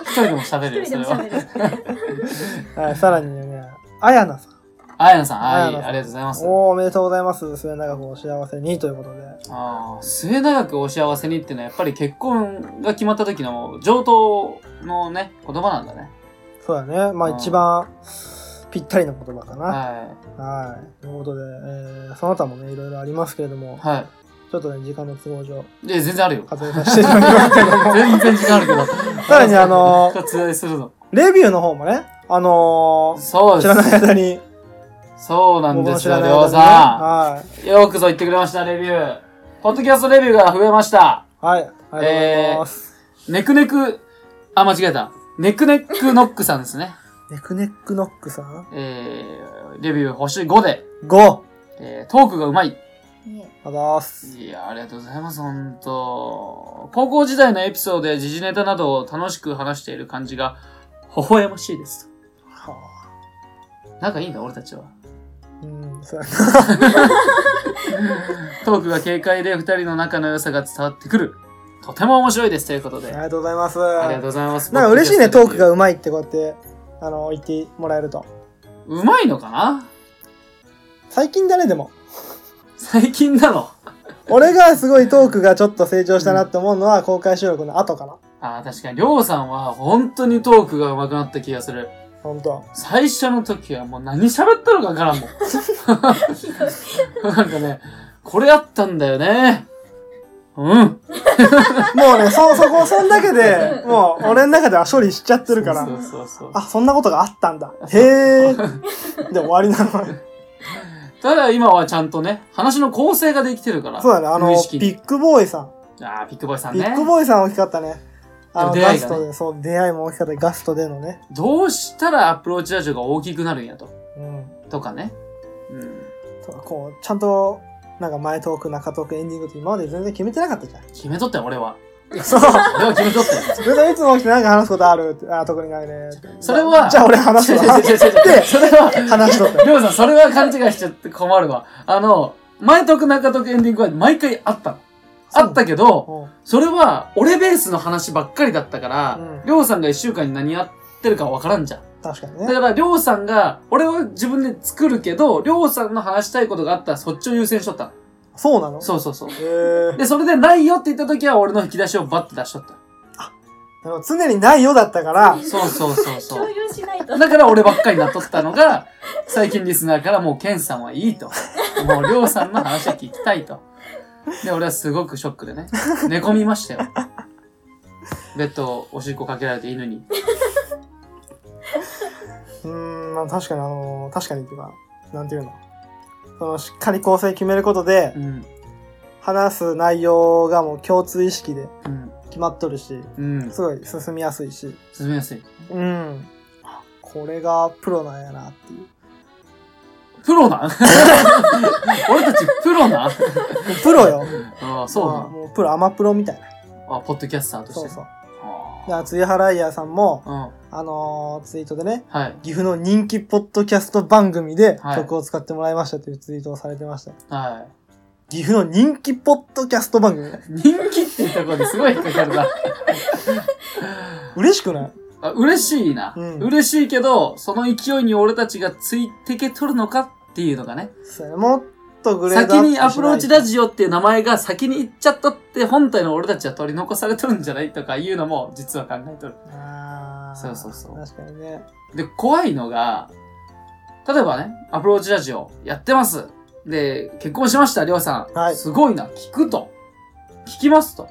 [SPEAKER 2] 一人でも喋るよ、
[SPEAKER 4] 一人
[SPEAKER 2] それ
[SPEAKER 4] でも
[SPEAKER 2] は。
[SPEAKER 4] 喋る。
[SPEAKER 1] はい、さらにね、あやなさん。
[SPEAKER 2] あやなさん、はい、あ
[SPEAKER 1] あや
[SPEAKER 2] り
[SPEAKER 1] な
[SPEAKER 2] が
[SPEAKER 1] さん
[SPEAKER 2] とうございます。
[SPEAKER 1] おー、おめでとうございます。末永くお幸せにということで。
[SPEAKER 2] ああ、末永くお幸せにってのは、やっぱり結婚が決まった時の上等のね、言葉なんだね。
[SPEAKER 1] そうだね。まあ
[SPEAKER 2] うん
[SPEAKER 1] 一番ぴったりの言葉かな。
[SPEAKER 2] は
[SPEAKER 1] はい。ということで、えーその他もね、いろいろありますけれど
[SPEAKER 2] い。
[SPEAKER 1] も、
[SPEAKER 2] は
[SPEAKER 1] ちょっとね、時間の都合上、
[SPEAKER 2] い。で、全然あ
[SPEAKER 1] (laughs)
[SPEAKER 2] るよ。
[SPEAKER 1] 割愛させていただきますけれど
[SPEAKER 2] (laughs)
[SPEAKER 1] も、
[SPEAKER 2] 全然時間あるけど。
[SPEAKER 1] さらにあの
[SPEAKER 2] (laughs)
[SPEAKER 1] ー
[SPEAKER 2] 割愛するの。
[SPEAKER 1] レビューの方もね、あの
[SPEAKER 2] そう
[SPEAKER 1] ー、
[SPEAKER 2] で
[SPEAKER 1] 知らない
[SPEAKER 2] す。
[SPEAKER 1] 間に、
[SPEAKER 2] そうなん
[SPEAKER 1] 僕
[SPEAKER 2] で
[SPEAKER 1] の
[SPEAKER 2] す
[SPEAKER 1] 知ら
[SPEAKER 2] よ、
[SPEAKER 1] な
[SPEAKER 2] り
[SPEAKER 1] い
[SPEAKER 2] ょ
[SPEAKER 1] 間
[SPEAKER 2] う
[SPEAKER 1] に、ね、
[SPEAKER 2] さ
[SPEAKER 1] は
[SPEAKER 2] ん。よくぞ言ってくれました、レビュー。ポッドキャストレビューが増えました。
[SPEAKER 1] い。はい。ありがとうございます。
[SPEAKER 2] ネクネク、あ、間違えた。ネクネクノックさんですね。 (laughs)
[SPEAKER 1] ネクネックノックさん
[SPEAKER 2] えー、レビュー星5で、
[SPEAKER 1] ?5!
[SPEAKER 2] えー、トークがうまい。
[SPEAKER 4] いえ
[SPEAKER 1] あざーす。
[SPEAKER 2] いや、ありがとうございます、ほんと。高校時代のエピソードや時事ネタなどを楽しく話している感じが、微笑ましいです。
[SPEAKER 1] は
[SPEAKER 2] 仲いいんだ、俺たちは。
[SPEAKER 1] あうん、そうや
[SPEAKER 2] トークが軽快で二人の仲の良さが伝わってくる。とても面白いです、ということで。
[SPEAKER 1] ね。あ
[SPEAKER 2] あ
[SPEAKER 1] りがとうございます。
[SPEAKER 2] りがとうございます。
[SPEAKER 1] なんか嬉しいね、トークが
[SPEAKER 2] う
[SPEAKER 1] うまいってこうやって、あのー、言ってもらえると。
[SPEAKER 2] まいのかな
[SPEAKER 1] 最近だね、でも。
[SPEAKER 2] 最近だろ。
[SPEAKER 1] 俺がすごいトークがちょっと成長したなって思うのは公開収録の後かな。
[SPEAKER 2] あー確かに、りょうさんは本当にトークが上手くなった気がする。
[SPEAKER 1] ほんと。
[SPEAKER 2] 最初の時はもう何喋ったのかわからんもん。なんかね、これあったんだよね。うん。
[SPEAKER 1] もうね、そ、 (laughs) そこ、そんだけで、
[SPEAKER 2] (laughs)
[SPEAKER 1] もう俺の中では処理しちゃってるから
[SPEAKER 2] そ。うそうそうそう。
[SPEAKER 1] あ、そんなことがあったんだ。へえ。で、終わりなの
[SPEAKER 2] (laughs)
[SPEAKER 1] ね。
[SPEAKER 2] ただ今はちゃんとね、話の構成ができてるから。
[SPEAKER 1] そうだね、あの
[SPEAKER 2] 無意、
[SPEAKER 1] ビ
[SPEAKER 2] 識に。
[SPEAKER 1] ッグボーイさん。
[SPEAKER 2] ああ、ビッグボーイさん
[SPEAKER 1] ビ
[SPEAKER 2] ね。
[SPEAKER 1] ッグボーイさん大きかったね。あの、
[SPEAKER 2] でも出会
[SPEAKER 1] ガ
[SPEAKER 2] いが
[SPEAKER 1] ス
[SPEAKER 2] ね
[SPEAKER 1] トで、そう、出会いも大きかったガストでのね。
[SPEAKER 2] どうしたらアプローチラジオが大きくなるんやと。
[SPEAKER 1] うん。
[SPEAKER 2] とかね。うん。
[SPEAKER 1] そうこう、ちゃんと、なんか前トーク、中トーク、エンディングって今まで全然決めてなかった
[SPEAKER 2] (laughs)
[SPEAKER 1] じゃん。
[SPEAKER 2] 決めとったよ、俺は。
[SPEAKER 1] そう。
[SPEAKER 2] 俺は決めとっ
[SPEAKER 1] (laughs)
[SPEAKER 2] たよ。
[SPEAKER 1] それでいつも起きて何か話すことあるって、あ、特にないね。
[SPEAKER 2] それは
[SPEAKER 1] じゃあ俺話す
[SPEAKER 2] 違う違
[SPEAKER 1] わ。
[SPEAKER 2] う違う違う。それは、
[SPEAKER 1] 話しとったよ。
[SPEAKER 2] りょうさん、それは勘違いしちゃって困るわ。あの、前とく中とくエンディングは毎回あったの。 (laughs) あったけど、
[SPEAKER 1] うん
[SPEAKER 2] それは俺ベースの話ばっかりだったから、
[SPEAKER 1] うん
[SPEAKER 2] りょうさんが一週間に何やってるかわからんじゃん。
[SPEAKER 1] 確かに
[SPEAKER 2] だ
[SPEAKER 1] ね。
[SPEAKER 2] からりょうさんが、俺は自分で作るけど、りょうさんの話したいことがあったらそっちを優先しとった
[SPEAKER 1] そうなの
[SPEAKER 2] の。そうそうそう。
[SPEAKER 1] えー、
[SPEAKER 2] で、それでないよって言った時は俺の引き出しをバッて出しとった。
[SPEAKER 1] あの常にないよだったから、
[SPEAKER 2] そうそうそう
[SPEAKER 4] (laughs)
[SPEAKER 2] そ
[SPEAKER 4] 共
[SPEAKER 2] う。
[SPEAKER 4] 有しないと。
[SPEAKER 2] だから俺ばっかりなっとったのが、最近リスナーからもうケンさんはいいと。もうりょうさんの話は聞きたいと。で、俺はすごくショックでね。寝込みましたよ。ベッド、おしっこかけられて犬に。
[SPEAKER 1] うーん、まあ確かにあのー確かにっていうか、なんていうの。その、しっかり構成決めることで
[SPEAKER 2] う、ん。
[SPEAKER 1] 話す内容がもう共通意識で
[SPEAKER 2] うん。
[SPEAKER 1] 決まっとるし、
[SPEAKER 2] うん。
[SPEAKER 1] すごい進みやすいし、
[SPEAKER 2] 進みやすい。
[SPEAKER 1] うん。あこれがプロなんやなっていう。
[SPEAKER 2] プロ (laughs) なん俺たちプロなん
[SPEAKER 1] プロよ。
[SPEAKER 2] (laughs) ああ、そうな
[SPEAKER 1] まあ
[SPEAKER 2] ん
[SPEAKER 1] もうプロ、アマプロみたいな。
[SPEAKER 2] あポッドキャスターとして。
[SPEAKER 1] そうそう。
[SPEAKER 2] あ
[SPEAKER 1] じゃあ、つゆはらいやさんも、
[SPEAKER 2] あうん。
[SPEAKER 1] あのーツイートでね、
[SPEAKER 2] はい。
[SPEAKER 1] 岐阜の人気ポッドキャスト番組で
[SPEAKER 2] はい
[SPEAKER 1] 曲を使ってもらいましたというツイートをされてました。
[SPEAKER 2] はい。
[SPEAKER 1] 岐阜の人気ポッドキャスト番組
[SPEAKER 2] 人気っていうところですごい引っかかるな。
[SPEAKER 1] 嬉しくない
[SPEAKER 2] あ嬉しいな、
[SPEAKER 1] うん
[SPEAKER 2] 嬉しいけど、その勢いに俺たちがついてけとるのかっていうのがね。
[SPEAKER 1] それもっとグレード
[SPEAKER 2] 先
[SPEAKER 1] アップ
[SPEAKER 2] にアプローチラ
[SPEAKER 1] ジ
[SPEAKER 2] ジオっていう名前が先に行っちゃったって本体の俺たちは取り残されとるんじゃないとかいうのも実は考えとる。
[SPEAKER 1] オあー
[SPEAKER 2] そうそうそう
[SPEAKER 1] 確かにね
[SPEAKER 2] で、怖いのが、例えばね、アプローチラジオやってます。で、結婚しました、りょうさん。
[SPEAKER 1] はい
[SPEAKER 2] すごいな、聞くと。聞きますと。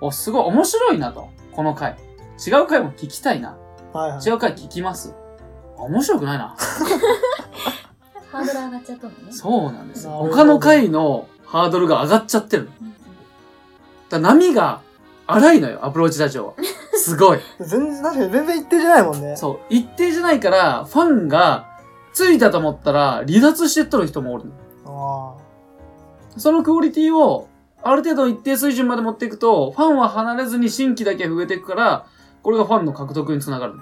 [SPEAKER 2] お、すごい、面白いなと。この回。違う回も聞きたいな。
[SPEAKER 1] はいはい
[SPEAKER 2] 違う回聞きます。あ面白くないな。
[SPEAKER 4] ハードル上がっ (laughs) ちゃったのね。
[SPEAKER 2] そうなんですよ。
[SPEAKER 1] なるほど
[SPEAKER 2] 他の回のハードルが上がっちゃってる。だから波が荒いのよ、アプローチラ
[SPEAKER 1] (laughs)
[SPEAKER 2] ジオは。すごい。
[SPEAKER 1] 全然確かに全然一定じゃないもんね
[SPEAKER 2] そう。一定じゃないから、ファンがついたと思ったら離脱してっとる人もおるの。
[SPEAKER 1] あ
[SPEAKER 2] そのクオリティをある程度一定水準まで持っていくと、ファンは離れずに新規だけ増えていくから、これがファンの獲得につながる。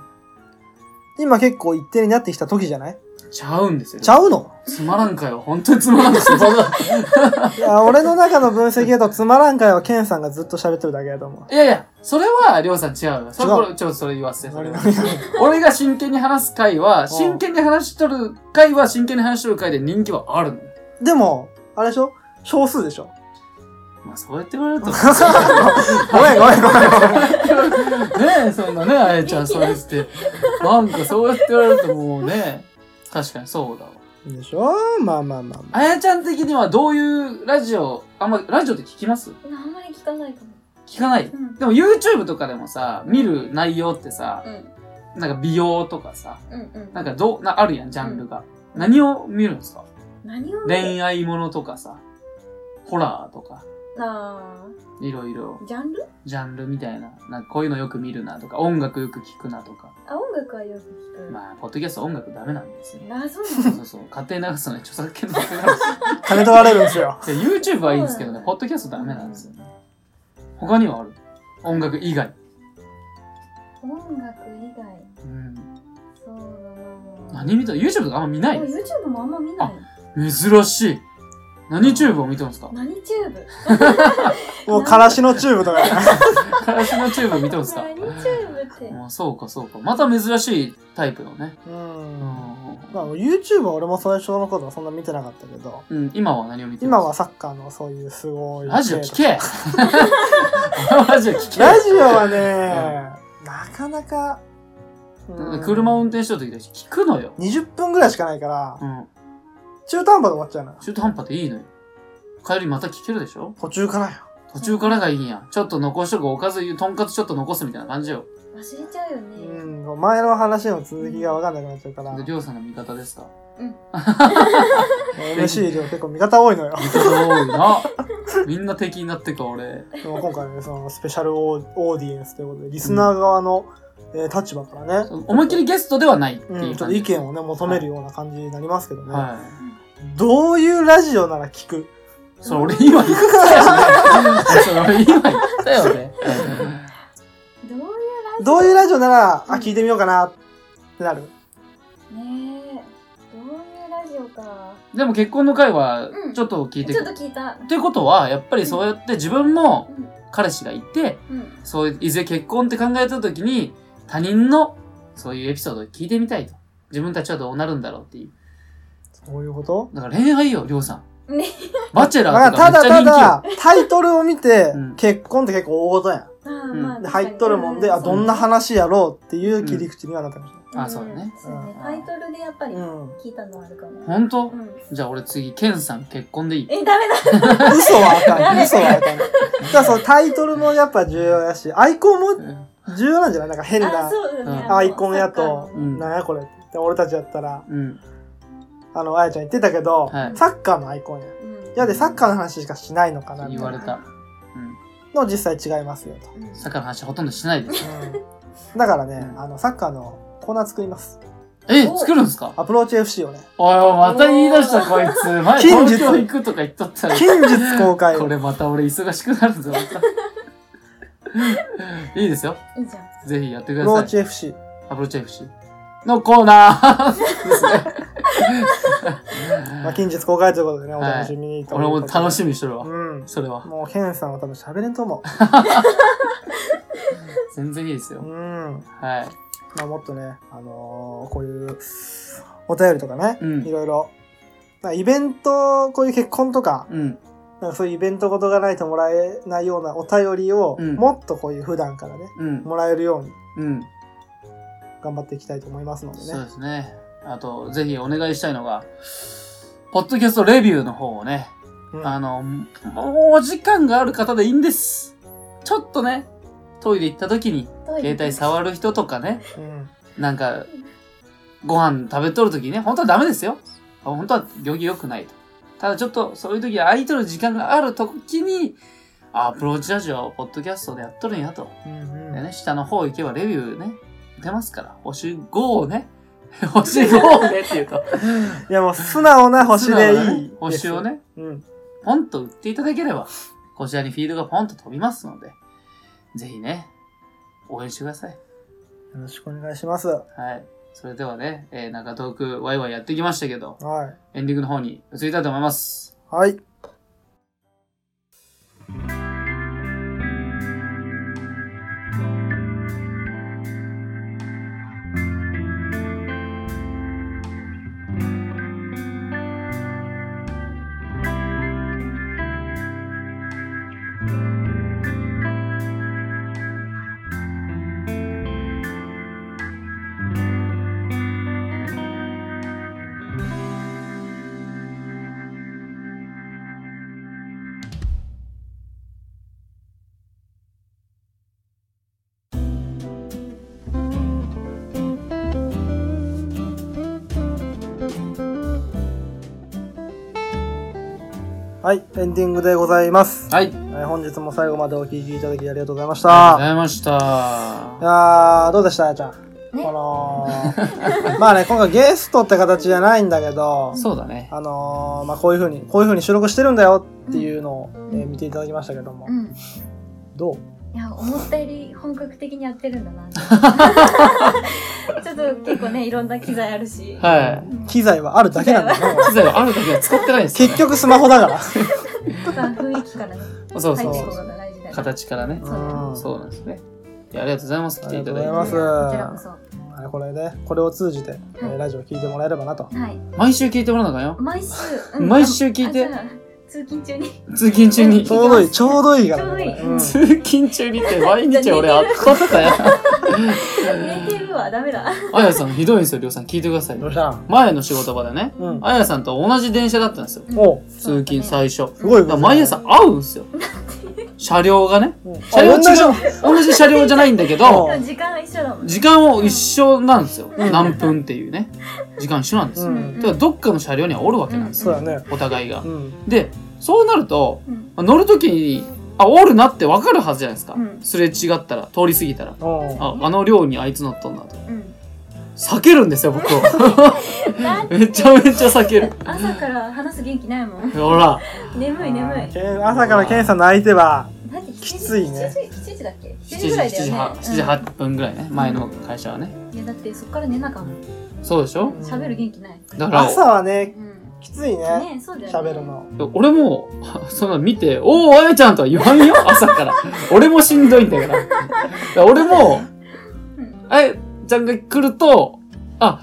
[SPEAKER 1] 今結構一定になってきた時じゃない
[SPEAKER 2] ちゃうんですよ。
[SPEAKER 1] ちゃうの
[SPEAKER 2] つまらんかよ。本当につまら
[SPEAKER 1] (laughs)
[SPEAKER 2] んですよ。
[SPEAKER 1] いや、俺の中の分析だとつまらん会はケンさんがずっと喋ってるだけだと思う。
[SPEAKER 2] いやいや、それは、りょうさん違うよ。それ
[SPEAKER 1] 違う
[SPEAKER 2] これちょっとそれ言わせて。それ俺が真剣に話す回は、真剣に話しとる回は真剣に話しとる回で人気はあるの。
[SPEAKER 1] でも、あれでしょ少数で
[SPEAKER 2] (laughs)
[SPEAKER 1] しょ
[SPEAKER 2] まあ、そうやって言われると。ね (laughs)
[SPEAKER 1] ごめんごめんごめん。
[SPEAKER 2] え、そんなね、あやちゃん、そうやって。なんかそうやって言われるともうね、確かにそうだわ。
[SPEAKER 1] でしょまあまあまあまあ。
[SPEAKER 2] あやちゃん的にはどういうラジオ、あんま、ラジオって聞きます
[SPEAKER 4] あんまり聞かないかも。
[SPEAKER 2] 聞かない
[SPEAKER 4] うん。
[SPEAKER 2] でも YouTube とかでもさ、見る内容ってさ、
[SPEAKER 4] うん。
[SPEAKER 2] なんか美容とかさ、
[SPEAKER 4] うんうん。
[SPEAKER 2] なんかどう、な、あるやん、ジャンルが。何を見るんですか
[SPEAKER 4] 何を
[SPEAKER 2] 恋愛ものとかさ、ホラーとか、
[SPEAKER 4] あ
[SPEAKER 2] いろいろ
[SPEAKER 4] ー、ジャンル
[SPEAKER 2] ジャンルみたいな、なんかこういうのよく見るなとか、音楽よく聞くなとか。
[SPEAKER 4] あ、音楽はよく聞く。
[SPEAKER 2] まあ、ポッドキャスト音楽ダメなんですよ。
[SPEAKER 4] あ、そうな
[SPEAKER 2] そう
[SPEAKER 4] の
[SPEAKER 2] そうそう。勝手に流すのに著作権の問題があ
[SPEAKER 1] 金取られるん (laughs) ですよ。
[SPEAKER 2] るんですよ。で YouTube はいいんですけど
[SPEAKER 4] そ
[SPEAKER 2] ね
[SPEAKER 4] うな、んだ
[SPEAKER 2] ポッドキャストダメなんですよね。他にはある音楽以外。
[SPEAKER 4] 音楽以外。
[SPEAKER 2] うん。
[SPEAKER 4] そうだな
[SPEAKER 2] 何見た ?YouTube とかあんま見な
[SPEAKER 4] でも
[SPEAKER 2] い
[SPEAKER 4] YouTube もあんま見ない。
[SPEAKER 2] 珍しい。何チューブを見てますか
[SPEAKER 4] 何チューブ
[SPEAKER 1] もう、からしのチューブとかね。
[SPEAKER 2] からしのチューブを見てますか
[SPEAKER 4] (laughs) 何チューブって。
[SPEAKER 2] あそうかそうか。また珍しいタイプのね。
[SPEAKER 1] うん。まあ、YouTube は俺も最初の頃はそんな見てなかったけど、
[SPEAKER 2] うん、今は何を見てる
[SPEAKER 1] 今はサッカーのそういうすごい。
[SPEAKER 2] ラジオ
[SPEAKER 1] (laughs)
[SPEAKER 2] 聞けラジオ聞け
[SPEAKER 1] ラジオはね、なかなか、うん
[SPEAKER 2] 車を運転してる時だし聞くのよ。
[SPEAKER 1] 20分ぐらいしかないから
[SPEAKER 2] う、ん。
[SPEAKER 1] 中途半端で終わっちゃうのよ。
[SPEAKER 2] 中途半端でいいのよ。帰りまた聞けるでしょ
[SPEAKER 1] 途中からよ。
[SPEAKER 2] 途中からがいいんや。ちょっと残しとくおかず、とんかつちょっと残すみたいな感じよ。
[SPEAKER 4] 忘れちゃうよ
[SPEAKER 1] う
[SPEAKER 4] ね。
[SPEAKER 1] ん、もう前の話の続きが分かんなくなっちゃうから
[SPEAKER 2] で、、りょうさんの味方ですかん
[SPEAKER 1] MC 量結構味方多いの (laughs) よ。
[SPEAKER 2] 味方多いな。みんな敵になってか、俺。
[SPEAKER 1] でも今回ね、そのスペシャルオーオーディエンスということで、リスナー側の、えー立場からね、
[SPEAKER 2] 思いっきりゲストではないって
[SPEAKER 1] う
[SPEAKER 2] いう感じ。
[SPEAKER 1] ん、ちょっと意見をね、求めるような感じになりますけどね。
[SPEAKER 2] はい。
[SPEAKER 1] どういうラジオなら聞く
[SPEAKER 2] それ俺今言ったよね。
[SPEAKER 1] (laughs)
[SPEAKER 2] それ俺今言ったよね。
[SPEAKER 4] どういう
[SPEAKER 1] どういうラジオなら、あ、聞いてみようかなってなる。
[SPEAKER 4] ねえどういうラジオか
[SPEAKER 2] でも結婚の会は
[SPEAKER 4] うん
[SPEAKER 2] ちょっと聞いて
[SPEAKER 4] ち
[SPEAKER 2] く
[SPEAKER 4] ょっ
[SPEAKER 2] る。
[SPEAKER 4] と聞いた
[SPEAKER 2] ってことは、やっぱりそうやって自分も彼氏がいて、
[SPEAKER 4] うんうん
[SPEAKER 2] そういう、いずれ結婚って考えた時に、他人のそういうエピソードを聞いてみたいと。自分たちはどうなるんだろうっていう。
[SPEAKER 1] そういうこと
[SPEAKER 2] だから恋愛よ、りょうさん。
[SPEAKER 4] ね
[SPEAKER 2] バチェ
[SPEAKER 1] ま
[SPEAKER 2] ラー
[SPEAKER 1] あ、
[SPEAKER 2] とか
[SPEAKER 1] た
[SPEAKER 2] め
[SPEAKER 1] だ
[SPEAKER 2] っち
[SPEAKER 1] た
[SPEAKER 2] ゃ人気よ。
[SPEAKER 1] だ、タイトルを見て
[SPEAKER 2] うん、
[SPEAKER 1] 結婚って結構大事やん。
[SPEAKER 4] あー
[SPEAKER 2] うん
[SPEAKER 4] まあ
[SPEAKER 1] で
[SPEAKER 4] 確かに
[SPEAKER 1] 入っとるもんで、
[SPEAKER 4] う
[SPEAKER 1] あ、どんな話やろうっていう切り口にはなったかもし
[SPEAKER 2] あそうだね
[SPEAKER 4] そうねタイトルでやっぱ
[SPEAKER 1] れ
[SPEAKER 4] り
[SPEAKER 1] ない。
[SPEAKER 4] 聞
[SPEAKER 1] うん。
[SPEAKER 4] いたのあるかも
[SPEAKER 2] ほんと
[SPEAKER 4] うん
[SPEAKER 2] じゃあ俺次、ケンさん結婚でいい。
[SPEAKER 4] えダメだ
[SPEAKER 1] 嘘はあか
[SPEAKER 2] (laughs)
[SPEAKER 4] や
[SPEAKER 1] ん。
[SPEAKER 4] めて
[SPEAKER 1] 嘘はあかん。だから (laughs) そのタイトルもやっぱ重要やし、アイコンも重要なんじゃないなんか変
[SPEAKER 4] あ
[SPEAKER 1] な
[SPEAKER 4] そうだね
[SPEAKER 2] うん
[SPEAKER 4] あの
[SPEAKER 1] アイコンや
[SPEAKER 4] サッカー
[SPEAKER 1] と
[SPEAKER 4] の、
[SPEAKER 2] うん
[SPEAKER 1] なんやこれって俺たちやったら、
[SPEAKER 2] うん。
[SPEAKER 1] あの、あやちゃん言ってたけど、
[SPEAKER 2] はい
[SPEAKER 1] サッカーのアイコンや。い
[SPEAKER 4] うん
[SPEAKER 1] やで、サッカーの話しかしないのかなみ
[SPEAKER 2] 言
[SPEAKER 1] た
[SPEAKER 2] わ
[SPEAKER 1] い
[SPEAKER 2] れ
[SPEAKER 1] な。
[SPEAKER 2] た。うん。
[SPEAKER 1] の実際違いますよと。
[SPEAKER 4] うん
[SPEAKER 2] サッカーの話ほとんどしないです。
[SPEAKER 1] うんだからね、あの、サッカーのコーナー作ります。
[SPEAKER 2] え、作るんですか
[SPEAKER 1] アプローチ FC をね、
[SPEAKER 2] おいおい、また言い出したこいつ。前
[SPEAKER 1] 近日
[SPEAKER 2] 東京行くとか言っとったら、
[SPEAKER 1] 近日公開。
[SPEAKER 2] (laughs) これまた俺忙しくなるぞ、またいいですよ。
[SPEAKER 4] いいじゃん
[SPEAKER 2] ぜひやってく
[SPEAKER 1] ア
[SPEAKER 2] だ
[SPEAKER 1] プロ
[SPEAKER 2] さ
[SPEAKER 1] ー
[SPEAKER 2] い。
[SPEAKER 1] チ FC。
[SPEAKER 2] アプローチ FC のコーナ
[SPEAKER 1] (laughs)
[SPEAKER 2] ーですね。
[SPEAKER 1] まあ、近日公開ということでね、お楽しみにと
[SPEAKER 2] 俺も楽し
[SPEAKER 1] み。
[SPEAKER 2] みにしとるわ。
[SPEAKER 1] うん。
[SPEAKER 2] それは。
[SPEAKER 1] もう、ケンさんは多分喋れんと思
[SPEAKER 2] 全然いいです
[SPEAKER 1] う。う
[SPEAKER 2] よ。
[SPEAKER 1] ん。
[SPEAKER 2] はい。
[SPEAKER 1] まあ、もっとね、あのーこういう、お便りとかね、
[SPEAKER 2] うん
[SPEAKER 1] いろいろ。なんかイベント、こういう結婚とか、
[SPEAKER 2] うん。
[SPEAKER 1] なんかそういうイベントごとがないともらえないようなお便りを、
[SPEAKER 2] うん
[SPEAKER 1] もっとこういう普段からね、
[SPEAKER 2] うん。
[SPEAKER 1] もらえるように
[SPEAKER 2] うん。
[SPEAKER 1] 頑張っていきたいと思いますので
[SPEAKER 2] そう
[SPEAKER 1] ね。
[SPEAKER 2] ですね。あと、ぜひお願いしたいのが、ポッドキャストレビューの方をね、
[SPEAKER 1] うん
[SPEAKER 2] あの、もうお時間がある方でいいんです。ちょっとね、トイレ行った時に、
[SPEAKER 4] トイレ
[SPEAKER 2] 携帯触る人とかね、
[SPEAKER 1] うん。
[SPEAKER 2] なんか、ご飯食べとる時ね、本当はダメですよ。本当は行儀良くないと。ただちょっと、そういう時空いとる時間がある時に、あアプローチラジオ、ポッドキャストでやっとるんやと。
[SPEAKER 1] うんう
[SPEAKER 2] で
[SPEAKER 1] ん
[SPEAKER 2] ね、下の方行けばレビューね、出ますから、星5をね、 (laughs) 星5をねって言うと、
[SPEAKER 1] いやもう素直な星
[SPEAKER 2] (laughs) 素直
[SPEAKER 1] で
[SPEAKER 2] ないね
[SPEAKER 1] いです。
[SPEAKER 2] 星をね、
[SPEAKER 1] うん。
[SPEAKER 2] ポンと売っていただければ、こちらにフィードがポンと飛びますので、ぜひね、応援してください。
[SPEAKER 1] よろしくお願いします。は
[SPEAKER 2] はい。それではね、えー、なんかトークワイワイやってきましたけど、
[SPEAKER 1] い。
[SPEAKER 2] エンディングの方に移りたいと思います。
[SPEAKER 1] はい。はい。エンディングでございます。
[SPEAKER 2] はい。あり
[SPEAKER 1] えー本日も最後までお聞きいただきありがとうございまし
[SPEAKER 2] がとうご
[SPEAKER 1] た。
[SPEAKER 2] ざいました。
[SPEAKER 1] いやー、どうでしたあやちゃん。
[SPEAKER 4] ね
[SPEAKER 1] この、まあね、今回ゲストって形じゃないんだけど、
[SPEAKER 2] そうだね。
[SPEAKER 1] あのー、まあこういうふうに、こういうふうに収録してるんだよっていうのを、
[SPEAKER 4] うん
[SPEAKER 1] えー見ていただきましたけども、
[SPEAKER 4] うん。
[SPEAKER 1] どう
[SPEAKER 4] いや思ったより本格的にやってるんだ
[SPEAKER 2] (laughs)
[SPEAKER 4] なってちょっと結構ねいろんな機材あるし、
[SPEAKER 2] はい。
[SPEAKER 4] うん
[SPEAKER 1] 機材はあるだけなんだ (laughs) よ。
[SPEAKER 2] 機材はあるだけは使ってないんですよ、ね。
[SPEAKER 1] 結局スマホだ (laughs) から。
[SPEAKER 4] まあ雰囲気からね
[SPEAKER 2] そうそ
[SPEAKER 4] 入っ
[SPEAKER 2] うそ
[SPEAKER 4] ていくこ
[SPEAKER 2] う。
[SPEAKER 4] とが大事だね
[SPEAKER 2] 形からね。
[SPEAKER 1] うん
[SPEAKER 2] そうなんですね。いやありがとうございます。来ていた
[SPEAKER 1] ありがとうござい
[SPEAKER 2] だ
[SPEAKER 1] ま
[SPEAKER 2] い
[SPEAKER 1] す
[SPEAKER 2] て。
[SPEAKER 4] こちらこそは
[SPEAKER 1] まあこれね、これを通じて、えーラジオ聞いてもらえればなと。
[SPEAKER 4] い
[SPEAKER 2] 毎週聞いてもらうのかよ。
[SPEAKER 4] 毎週、
[SPEAKER 2] 毎週聞いて
[SPEAKER 4] あじゃあ通勤中に
[SPEAKER 2] 通勤中
[SPEAKER 1] (laughs)
[SPEAKER 2] に。
[SPEAKER 1] ちょうどいい、ちょうどいいからね。
[SPEAKER 4] ち
[SPEAKER 1] これうん
[SPEAKER 2] 通勤中にって
[SPEAKER 1] (laughs)
[SPEAKER 2] 毎日俺あったかよ。
[SPEAKER 4] 寝てるわダメだ
[SPEAKER 2] あやさんひどいんですよ、りょうさん。聞いてください
[SPEAKER 1] ど。うしたん
[SPEAKER 2] 前の仕事場でね、
[SPEAKER 1] うん。
[SPEAKER 2] あやさんと同じ電車だったんですよ。
[SPEAKER 1] おう
[SPEAKER 2] 通勤最初。
[SPEAKER 1] すごい
[SPEAKER 2] だから毎朝会うんですよ。車両がね。
[SPEAKER 1] うんあ
[SPEAKER 2] 車両違う
[SPEAKER 1] 同じの
[SPEAKER 2] 同じ車両じゃないんだ
[SPEAKER 1] (laughs)
[SPEAKER 2] けど、
[SPEAKER 4] でも時間は一緒だもんね
[SPEAKER 2] 時間を一緒なんですよ。
[SPEAKER 1] うん
[SPEAKER 2] 何分っていうね。時間一緒なんです
[SPEAKER 1] う
[SPEAKER 2] よ。
[SPEAKER 1] ん。
[SPEAKER 2] だからどっかの車両にはおるわけなんです
[SPEAKER 1] そう
[SPEAKER 2] よ。
[SPEAKER 1] だね。
[SPEAKER 2] お互いが
[SPEAKER 1] う。ん。
[SPEAKER 2] で、そうなると、
[SPEAKER 4] うん
[SPEAKER 2] 乗るときに、あ、おるなってわかるはずじゃないですか。
[SPEAKER 4] うん
[SPEAKER 2] すれ違ったら、通り過ぎたら。
[SPEAKER 1] おう
[SPEAKER 2] あ、あの量にあいつ乗っとんなと。
[SPEAKER 4] うん
[SPEAKER 2] 避けるんですよ、僕を。 (laughs)
[SPEAKER 4] だって
[SPEAKER 2] めちゃめちゃ避ける。
[SPEAKER 4] 朝から話す元気ないもん
[SPEAKER 2] ほら、
[SPEAKER 4] 眠い眠い
[SPEAKER 1] けん朝からケンさんの相手は、
[SPEAKER 4] だって7時
[SPEAKER 1] きついね
[SPEAKER 4] 7時7時だっけ
[SPEAKER 2] 7
[SPEAKER 4] 7
[SPEAKER 2] 時、
[SPEAKER 4] 時ぐらいだよね
[SPEAKER 2] 7時8分ぐらいね。前の会社はね。
[SPEAKER 4] うんいやだってそっから寝なかも
[SPEAKER 2] そうでしょ
[SPEAKER 4] 喋る元気ない
[SPEAKER 2] だから、
[SPEAKER 1] 朝はね、
[SPEAKER 4] うん
[SPEAKER 1] きついね。
[SPEAKER 4] ねそうだよね
[SPEAKER 1] 喋るの。
[SPEAKER 2] 俺も、 (laughs) そんなの見て、おお、あやちゃんとは言わんよ、 (laughs) 朝から。俺もしんどいんだから。だから俺も、
[SPEAKER 4] うん
[SPEAKER 2] あやちゃんが来ると、あ、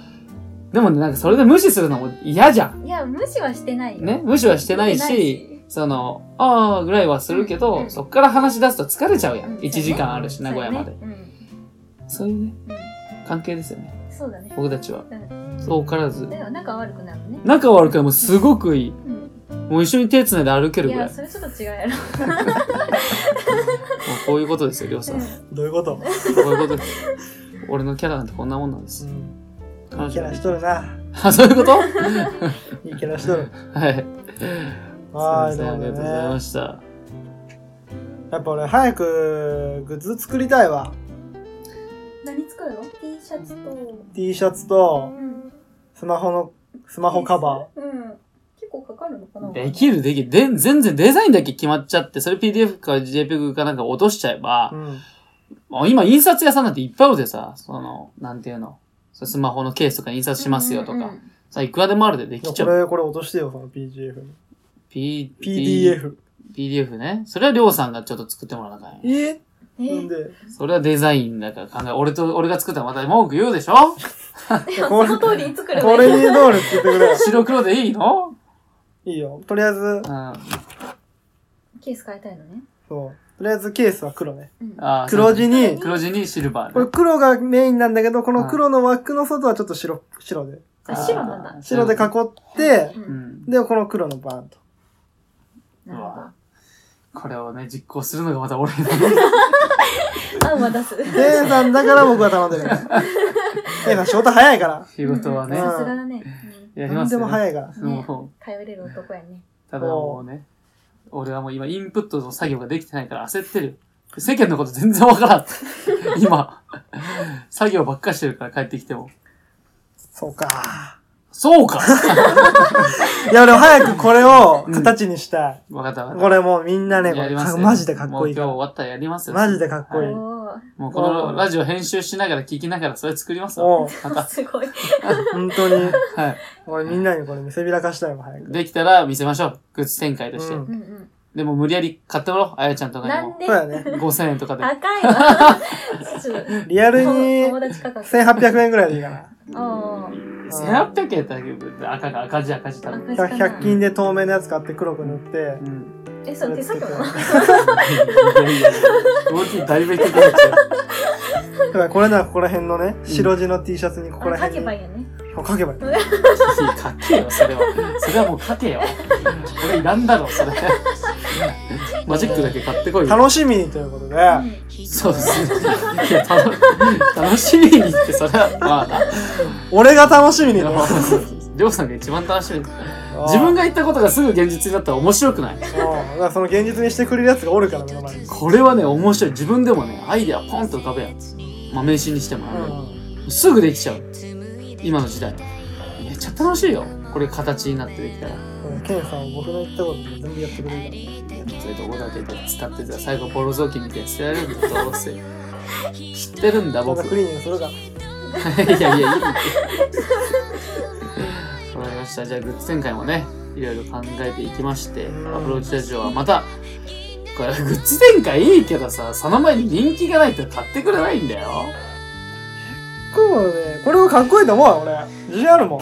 [SPEAKER 2] でもね、なんかそれで無視するのも嫌じゃん。
[SPEAKER 4] いや無視はしてないよ
[SPEAKER 2] ね、無視はしてない
[SPEAKER 4] してない
[SPEAKER 2] し、
[SPEAKER 4] し
[SPEAKER 2] その、ああぐらいはするけど、
[SPEAKER 4] うん
[SPEAKER 2] そっから話し出すと疲れちゃうや。
[SPEAKER 4] うんん
[SPEAKER 2] 1時間あるし、名古屋まで。
[SPEAKER 4] そうだね
[SPEAKER 2] そういうね、
[SPEAKER 4] うん
[SPEAKER 2] 関係ですよね。
[SPEAKER 4] うんそうだね
[SPEAKER 2] 僕たちは。
[SPEAKER 1] うん
[SPEAKER 2] 遠からず。
[SPEAKER 4] だから仲悪くなるね
[SPEAKER 2] 仲悪くはもうすごくいい。
[SPEAKER 4] うん
[SPEAKER 2] もう一緒に手繋いで歩ける
[SPEAKER 4] い
[SPEAKER 2] ぐらい。
[SPEAKER 4] や
[SPEAKER 2] もう
[SPEAKER 4] それちょっと違うやろ
[SPEAKER 2] こういうことですよ、りょうさん。こ
[SPEAKER 1] どういうこと
[SPEAKER 2] ういうことです。俺のキャラなんてこんなもんなんです。
[SPEAKER 1] いいキャラしとるな。
[SPEAKER 2] あ、そういうことはい。
[SPEAKER 1] いいキャラしとる。は、
[SPEAKER 2] はいい
[SPEAKER 1] ど
[SPEAKER 2] ません。
[SPEAKER 1] う
[SPEAKER 2] あ
[SPEAKER 1] も
[SPEAKER 2] り
[SPEAKER 1] ね
[SPEAKER 2] がとうございました。
[SPEAKER 1] やっぱ俺、早くグッズ作りたいわ。
[SPEAKER 4] 何作るの T シャツと
[SPEAKER 1] T シャツ
[SPEAKER 4] う
[SPEAKER 1] と、
[SPEAKER 4] ん
[SPEAKER 1] スマホの、スマホカバ
[SPEAKER 4] うん結構かかるのかな
[SPEAKER 2] できる、できる。で、全然デザインだけ決まっちゃって、それ PDF か JPEG かなんか落としちゃえば
[SPEAKER 1] ー。う、ん。
[SPEAKER 2] もう今印刷屋さんなんていっぱいあるでさ、その、なんていうの、そうスマホのケースとかに印刷しますよと
[SPEAKER 4] うんうんう
[SPEAKER 2] か
[SPEAKER 4] ん、
[SPEAKER 2] さ、いくらでもあるでできち
[SPEAKER 1] こ
[SPEAKER 2] ゃう。
[SPEAKER 1] れ、これ落としてよ、その PGF。
[SPEAKER 2] P-
[SPEAKER 1] PDF。
[SPEAKER 2] PDF ね。それはりょうさんがちょっと作ってもらわなあかんよ。
[SPEAKER 1] え
[SPEAKER 4] え
[SPEAKER 1] なん
[SPEAKER 4] ー
[SPEAKER 1] で
[SPEAKER 2] それはデザインだから考え、俺と、俺が作ったらまた文句言うで
[SPEAKER 1] (laughs)
[SPEAKER 2] しょ
[SPEAKER 4] でもその通りに作ればい
[SPEAKER 1] こ
[SPEAKER 4] い
[SPEAKER 1] れにどれつけてくれよ。
[SPEAKER 2] 白黒でいいの
[SPEAKER 1] いいよ。とりあえず
[SPEAKER 2] う、ん。あ
[SPEAKER 4] ケース変えたいのね
[SPEAKER 1] そう。とりあえずケースは黒ね。
[SPEAKER 4] うん
[SPEAKER 2] ー
[SPEAKER 1] 黒地
[SPEAKER 2] そう
[SPEAKER 1] に、
[SPEAKER 2] 黒地にシルバーね。
[SPEAKER 1] これ黒がメインなんだけど、この黒の枠の外はちょっと白、白で。
[SPEAKER 4] あ白なんだ
[SPEAKER 1] 白で囲って
[SPEAKER 4] う、
[SPEAKER 2] うんん。
[SPEAKER 1] で、この黒のバ
[SPEAKER 2] (laughs)
[SPEAKER 1] ーンと。
[SPEAKER 4] なるほ
[SPEAKER 2] これをね、実行するのがまた俺の。
[SPEAKER 1] (laughs)
[SPEAKER 4] ど案は出す
[SPEAKER 1] ケイさんだから僕は頼んでるから。ケイさん仕事早いから。
[SPEAKER 2] (laughs) 仕事はね、
[SPEAKER 1] うん
[SPEAKER 4] さすがだねうん
[SPEAKER 2] やりま
[SPEAKER 1] 何
[SPEAKER 2] す
[SPEAKER 1] で
[SPEAKER 2] よ、
[SPEAKER 1] も
[SPEAKER 2] ね。
[SPEAKER 1] 早いから。
[SPEAKER 4] ね
[SPEAKER 2] もう
[SPEAKER 4] 頼れる男やね
[SPEAKER 2] ただもうね、俺はもう今インプットの作業ができてないから焦ってるよ。世間のこと全然わからん。
[SPEAKER 1] (laughs)
[SPEAKER 2] 今、作業ばっかしてるから帰ってきても。
[SPEAKER 1] そうか。
[SPEAKER 2] そう
[SPEAKER 1] (laughs)
[SPEAKER 2] か
[SPEAKER 1] いや、でも早くこれを形にしたい。
[SPEAKER 2] わかったわか
[SPEAKER 1] こ
[SPEAKER 2] っ
[SPEAKER 1] れもうみんな
[SPEAKER 2] た。
[SPEAKER 1] ね、こ
[SPEAKER 2] やり
[SPEAKER 1] れ
[SPEAKER 2] ます
[SPEAKER 1] か
[SPEAKER 2] よ
[SPEAKER 1] マジでかっこいいか
[SPEAKER 2] もう今日
[SPEAKER 1] ら。
[SPEAKER 2] 終わったらやりますよ。
[SPEAKER 1] マジでかっこいい。
[SPEAKER 2] は
[SPEAKER 4] お
[SPEAKER 2] もうこのラジオ編集しながら聞きながらそれ作ります
[SPEAKER 1] お
[SPEAKER 2] わ
[SPEAKER 1] う。
[SPEAKER 2] ま
[SPEAKER 4] ー
[SPEAKER 2] た。
[SPEAKER 4] (laughs) すごい。
[SPEAKER 1] 本当に。
[SPEAKER 2] はい。
[SPEAKER 1] 俺みんなにこれ見せびらかしたいもん、早く。
[SPEAKER 2] できたら見せましょう。グッズ展開として。
[SPEAKER 1] うん
[SPEAKER 4] うんうん
[SPEAKER 2] でも無理やり買ってもらおう。あやちゃんとか
[SPEAKER 4] な
[SPEAKER 2] に
[SPEAKER 4] ん
[SPEAKER 2] も。
[SPEAKER 4] で
[SPEAKER 1] そうやね。
[SPEAKER 2] 5000円とかで。
[SPEAKER 4] 高いわ。ちょっと
[SPEAKER 1] リアルに
[SPEAKER 4] 友達価格。
[SPEAKER 1] 1800円ぐらいでいいかな。
[SPEAKER 4] あー
[SPEAKER 2] 1800円だけど赤が赤字赤字多分。
[SPEAKER 4] 赤字か
[SPEAKER 1] 100,
[SPEAKER 4] な
[SPEAKER 1] 均で透明のやつ買って黒く塗って
[SPEAKER 2] う、ん。
[SPEAKER 4] え、それ手作業なの
[SPEAKER 2] いやいやいや。動き大別的になっちゃう。
[SPEAKER 1] だからこれならここら辺のね、白地の T シャツにここら
[SPEAKER 4] 書
[SPEAKER 1] 辺
[SPEAKER 4] け
[SPEAKER 1] に
[SPEAKER 4] ばいいよね。
[SPEAKER 1] こう書けばいい。
[SPEAKER 2] 書けよ、それは。それはもう書けよ。それいらんだろ、それ。マジックだけ買ってこいよ。
[SPEAKER 1] 楽しみにということで、
[SPEAKER 2] そうですね。いや、楽楽しみにって、それは、まあな。
[SPEAKER 1] 俺が楽しみに
[SPEAKER 2] で
[SPEAKER 1] と
[SPEAKER 2] (laughs) もりょうさんが一番楽しみ。自分が言ったことがすぐ現実になったら面白くない
[SPEAKER 1] うんだからその現実にしてくれるやつがおるから目の前に、
[SPEAKER 2] これはね、面白い。自分でもね、アイデアポンと浮かべやん。まあ、名刺にしてもらう、
[SPEAKER 1] う
[SPEAKER 2] すぐできちゃう。今の時代。めっちゃ楽しいよ。これ形になってできたら。
[SPEAKER 1] ん、ケンさんは僕の言ったこと全部やってくれるか
[SPEAKER 2] それとオーダーで使ってたら最後ボロ雑巾みたいに捨てられるんだよど
[SPEAKER 1] (laughs)
[SPEAKER 2] うせ。知ってるんだ、
[SPEAKER 1] ら
[SPEAKER 2] 僕。
[SPEAKER 1] ただクリーニングするから
[SPEAKER 2] いやいや、いいって。わかりました。じゃあ、グッズ展開もね、いろいろ考えていきまして、
[SPEAKER 1] うん
[SPEAKER 2] アプローチラジオはまた、これ、グッズ展開いいけどさ、その前に人気がないと買ってくれないんだよ。
[SPEAKER 1] こうねこれもかっこいいと思うわ俺自信あるもん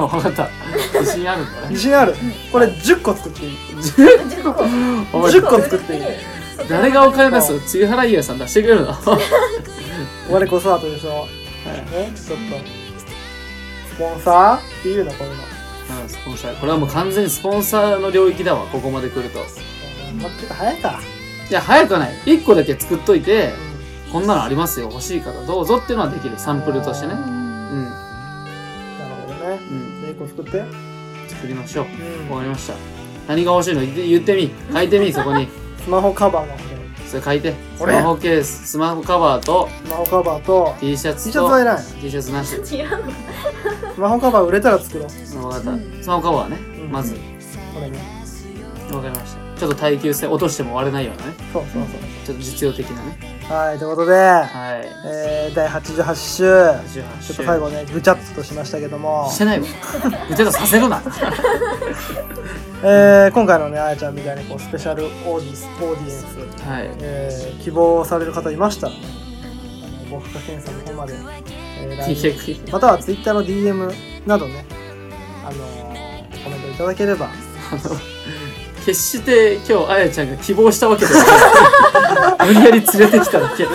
[SPEAKER 2] わかった。自信あるんだね
[SPEAKER 1] 自。信あるこれ10個作っていい
[SPEAKER 4] 10個。
[SPEAKER 2] お前
[SPEAKER 1] 10個作っ
[SPEAKER 4] (laughs)
[SPEAKER 1] ていい
[SPEAKER 2] 誰がお金出すの露原優さん出してくれるの (laughs)
[SPEAKER 1] 我こそはという人ねちょっとスポンサーっていうのこういうの
[SPEAKER 2] うん、スポンサー。これはもう完全にスポンサーの領域だわ、ここまで来ると。
[SPEAKER 1] うんもうちょっと早いか
[SPEAKER 2] いや、早くはない。1個だけ作っといて、こんなのありますよ、欲しい方どうぞっていうのはできる。サンプルとしてね。うん。
[SPEAKER 1] なるほどね
[SPEAKER 2] うん。
[SPEAKER 1] じゃあ1個作ってうん
[SPEAKER 2] 作りましょう。わかりました。何が欲しいの言って言ってみ。書いてみ、そこに。
[SPEAKER 1] スマホカバーが欲しい
[SPEAKER 2] それ書いて。ス
[SPEAKER 1] 俺
[SPEAKER 2] マホケース、スマホカバーと
[SPEAKER 1] スマホカバーと
[SPEAKER 2] T シャツ
[SPEAKER 1] T シ
[SPEAKER 2] と。
[SPEAKER 1] ャツはいらない
[SPEAKER 2] T シャツなし。
[SPEAKER 4] 違うの
[SPEAKER 1] スマホカバー売れたら作ろう
[SPEAKER 2] わかった。スマホカバーね。
[SPEAKER 1] うん
[SPEAKER 2] まず。
[SPEAKER 1] これね
[SPEAKER 2] わかりました。ちょっと耐久性、落としても割れないようなね。
[SPEAKER 1] そうそうそう
[SPEAKER 2] ちょっと実用的なね。
[SPEAKER 1] はい、ということで、
[SPEAKER 2] はい。
[SPEAKER 1] えー、第88週、
[SPEAKER 2] 18
[SPEAKER 1] ちょ
[SPEAKER 2] 週
[SPEAKER 1] っと最後ね、ぐちゃっとしましたけども
[SPEAKER 2] (laughs) し、てないわ。ぐちゃっとさせるな。 (laughs)
[SPEAKER 1] えー、今回のね、あやちゃんみたいにこうスペシャルオーディスオーディエンス、
[SPEAKER 2] はい。
[SPEAKER 1] えー、希望される方いましたらね、あの僕かケンさんの方まで、え
[SPEAKER 2] (laughs)
[SPEAKER 1] ー LINE または Twitter の DM などね、あのー、コメントいただければ、
[SPEAKER 2] 決して今日あやちゃんが希望したわけではない無理やり連れてきただけ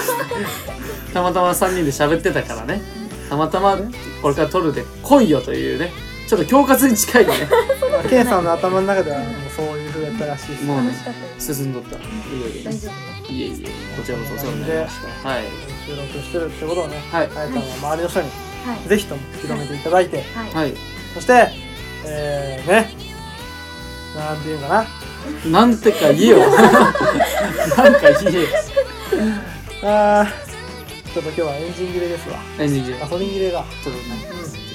[SPEAKER 2] たまたま3人で喋ってたからねたまたまこれから撮るで来いよというねちょっと恐喝に近いね
[SPEAKER 1] ケンさんの頭の中ではもうそういう風やったらしいです。
[SPEAKER 2] もうね
[SPEAKER 4] 楽しかったです
[SPEAKER 2] 進んどったいえい
[SPEAKER 4] 大丈夫
[SPEAKER 2] えいえいえこちらこそお世話になりましたはい
[SPEAKER 1] 収録してるってことをね、あ
[SPEAKER 2] はい
[SPEAKER 1] やちゃんは周りの人に
[SPEAKER 4] はい。
[SPEAKER 1] ぜひとも広めていただいて、
[SPEAKER 4] はい。
[SPEAKER 2] はい
[SPEAKER 1] そして、えー、ね、なんていうかな。
[SPEAKER 2] なんてか (laughs) 言えよなんか言えよ
[SPEAKER 1] あー、ちょっと今日はエンジン切れですわ。
[SPEAKER 2] エンディング
[SPEAKER 1] ガソリン切れが。は
[SPEAKER 2] ちょっとね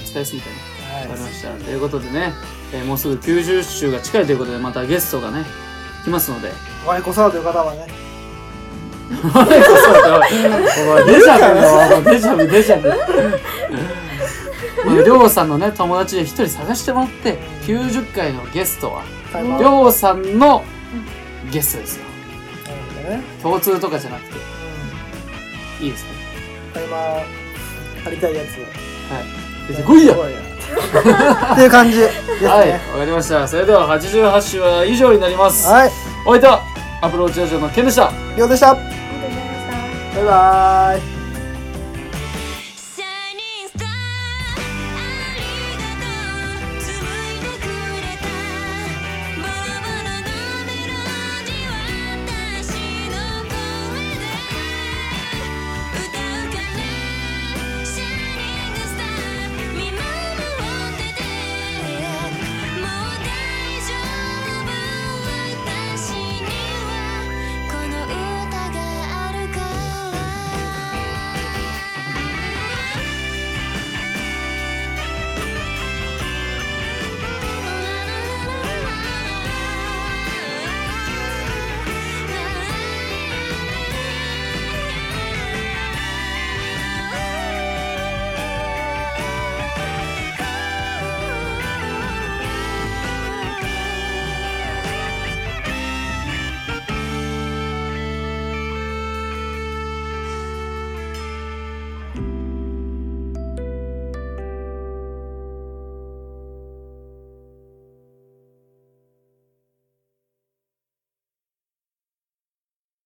[SPEAKER 2] 使いすぎたねわかりま
[SPEAKER 1] い。
[SPEAKER 2] した。ということでね、えーもうすぐ90週が近いということで、またゲストがね、来ますので。
[SPEAKER 1] 我こそはという方はね、
[SPEAKER 2] お前、デジャブだわ、デジャブ、デジャブ。りょうさんのね、友達で一人探してもらって、90回のゲストは、
[SPEAKER 1] 裁判
[SPEAKER 2] りょうさんのゲストですよ。
[SPEAKER 1] なるほどね。
[SPEAKER 2] 共通とかじゃなくて、
[SPEAKER 1] う
[SPEAKER 2] いいですね。
[SPEAKER 1] ん。タイマー、借りたいやつ。
[SPEAKER 2] はい。出てこいよ (laughs)
[SPEAKER 1] すごよっていう感じですね。
[SPEAKER 2] はい、わかりました。それでは88週は以上になります。
[SPEAKER 1] はい。
[SPEAKER 2] お相手は、アプローチラジオのケンでした。
[SPEAKER 1] りょうでした。
[SPEAKER 4] ありがとうございました。
[SPEAKER 1] バイバーイ。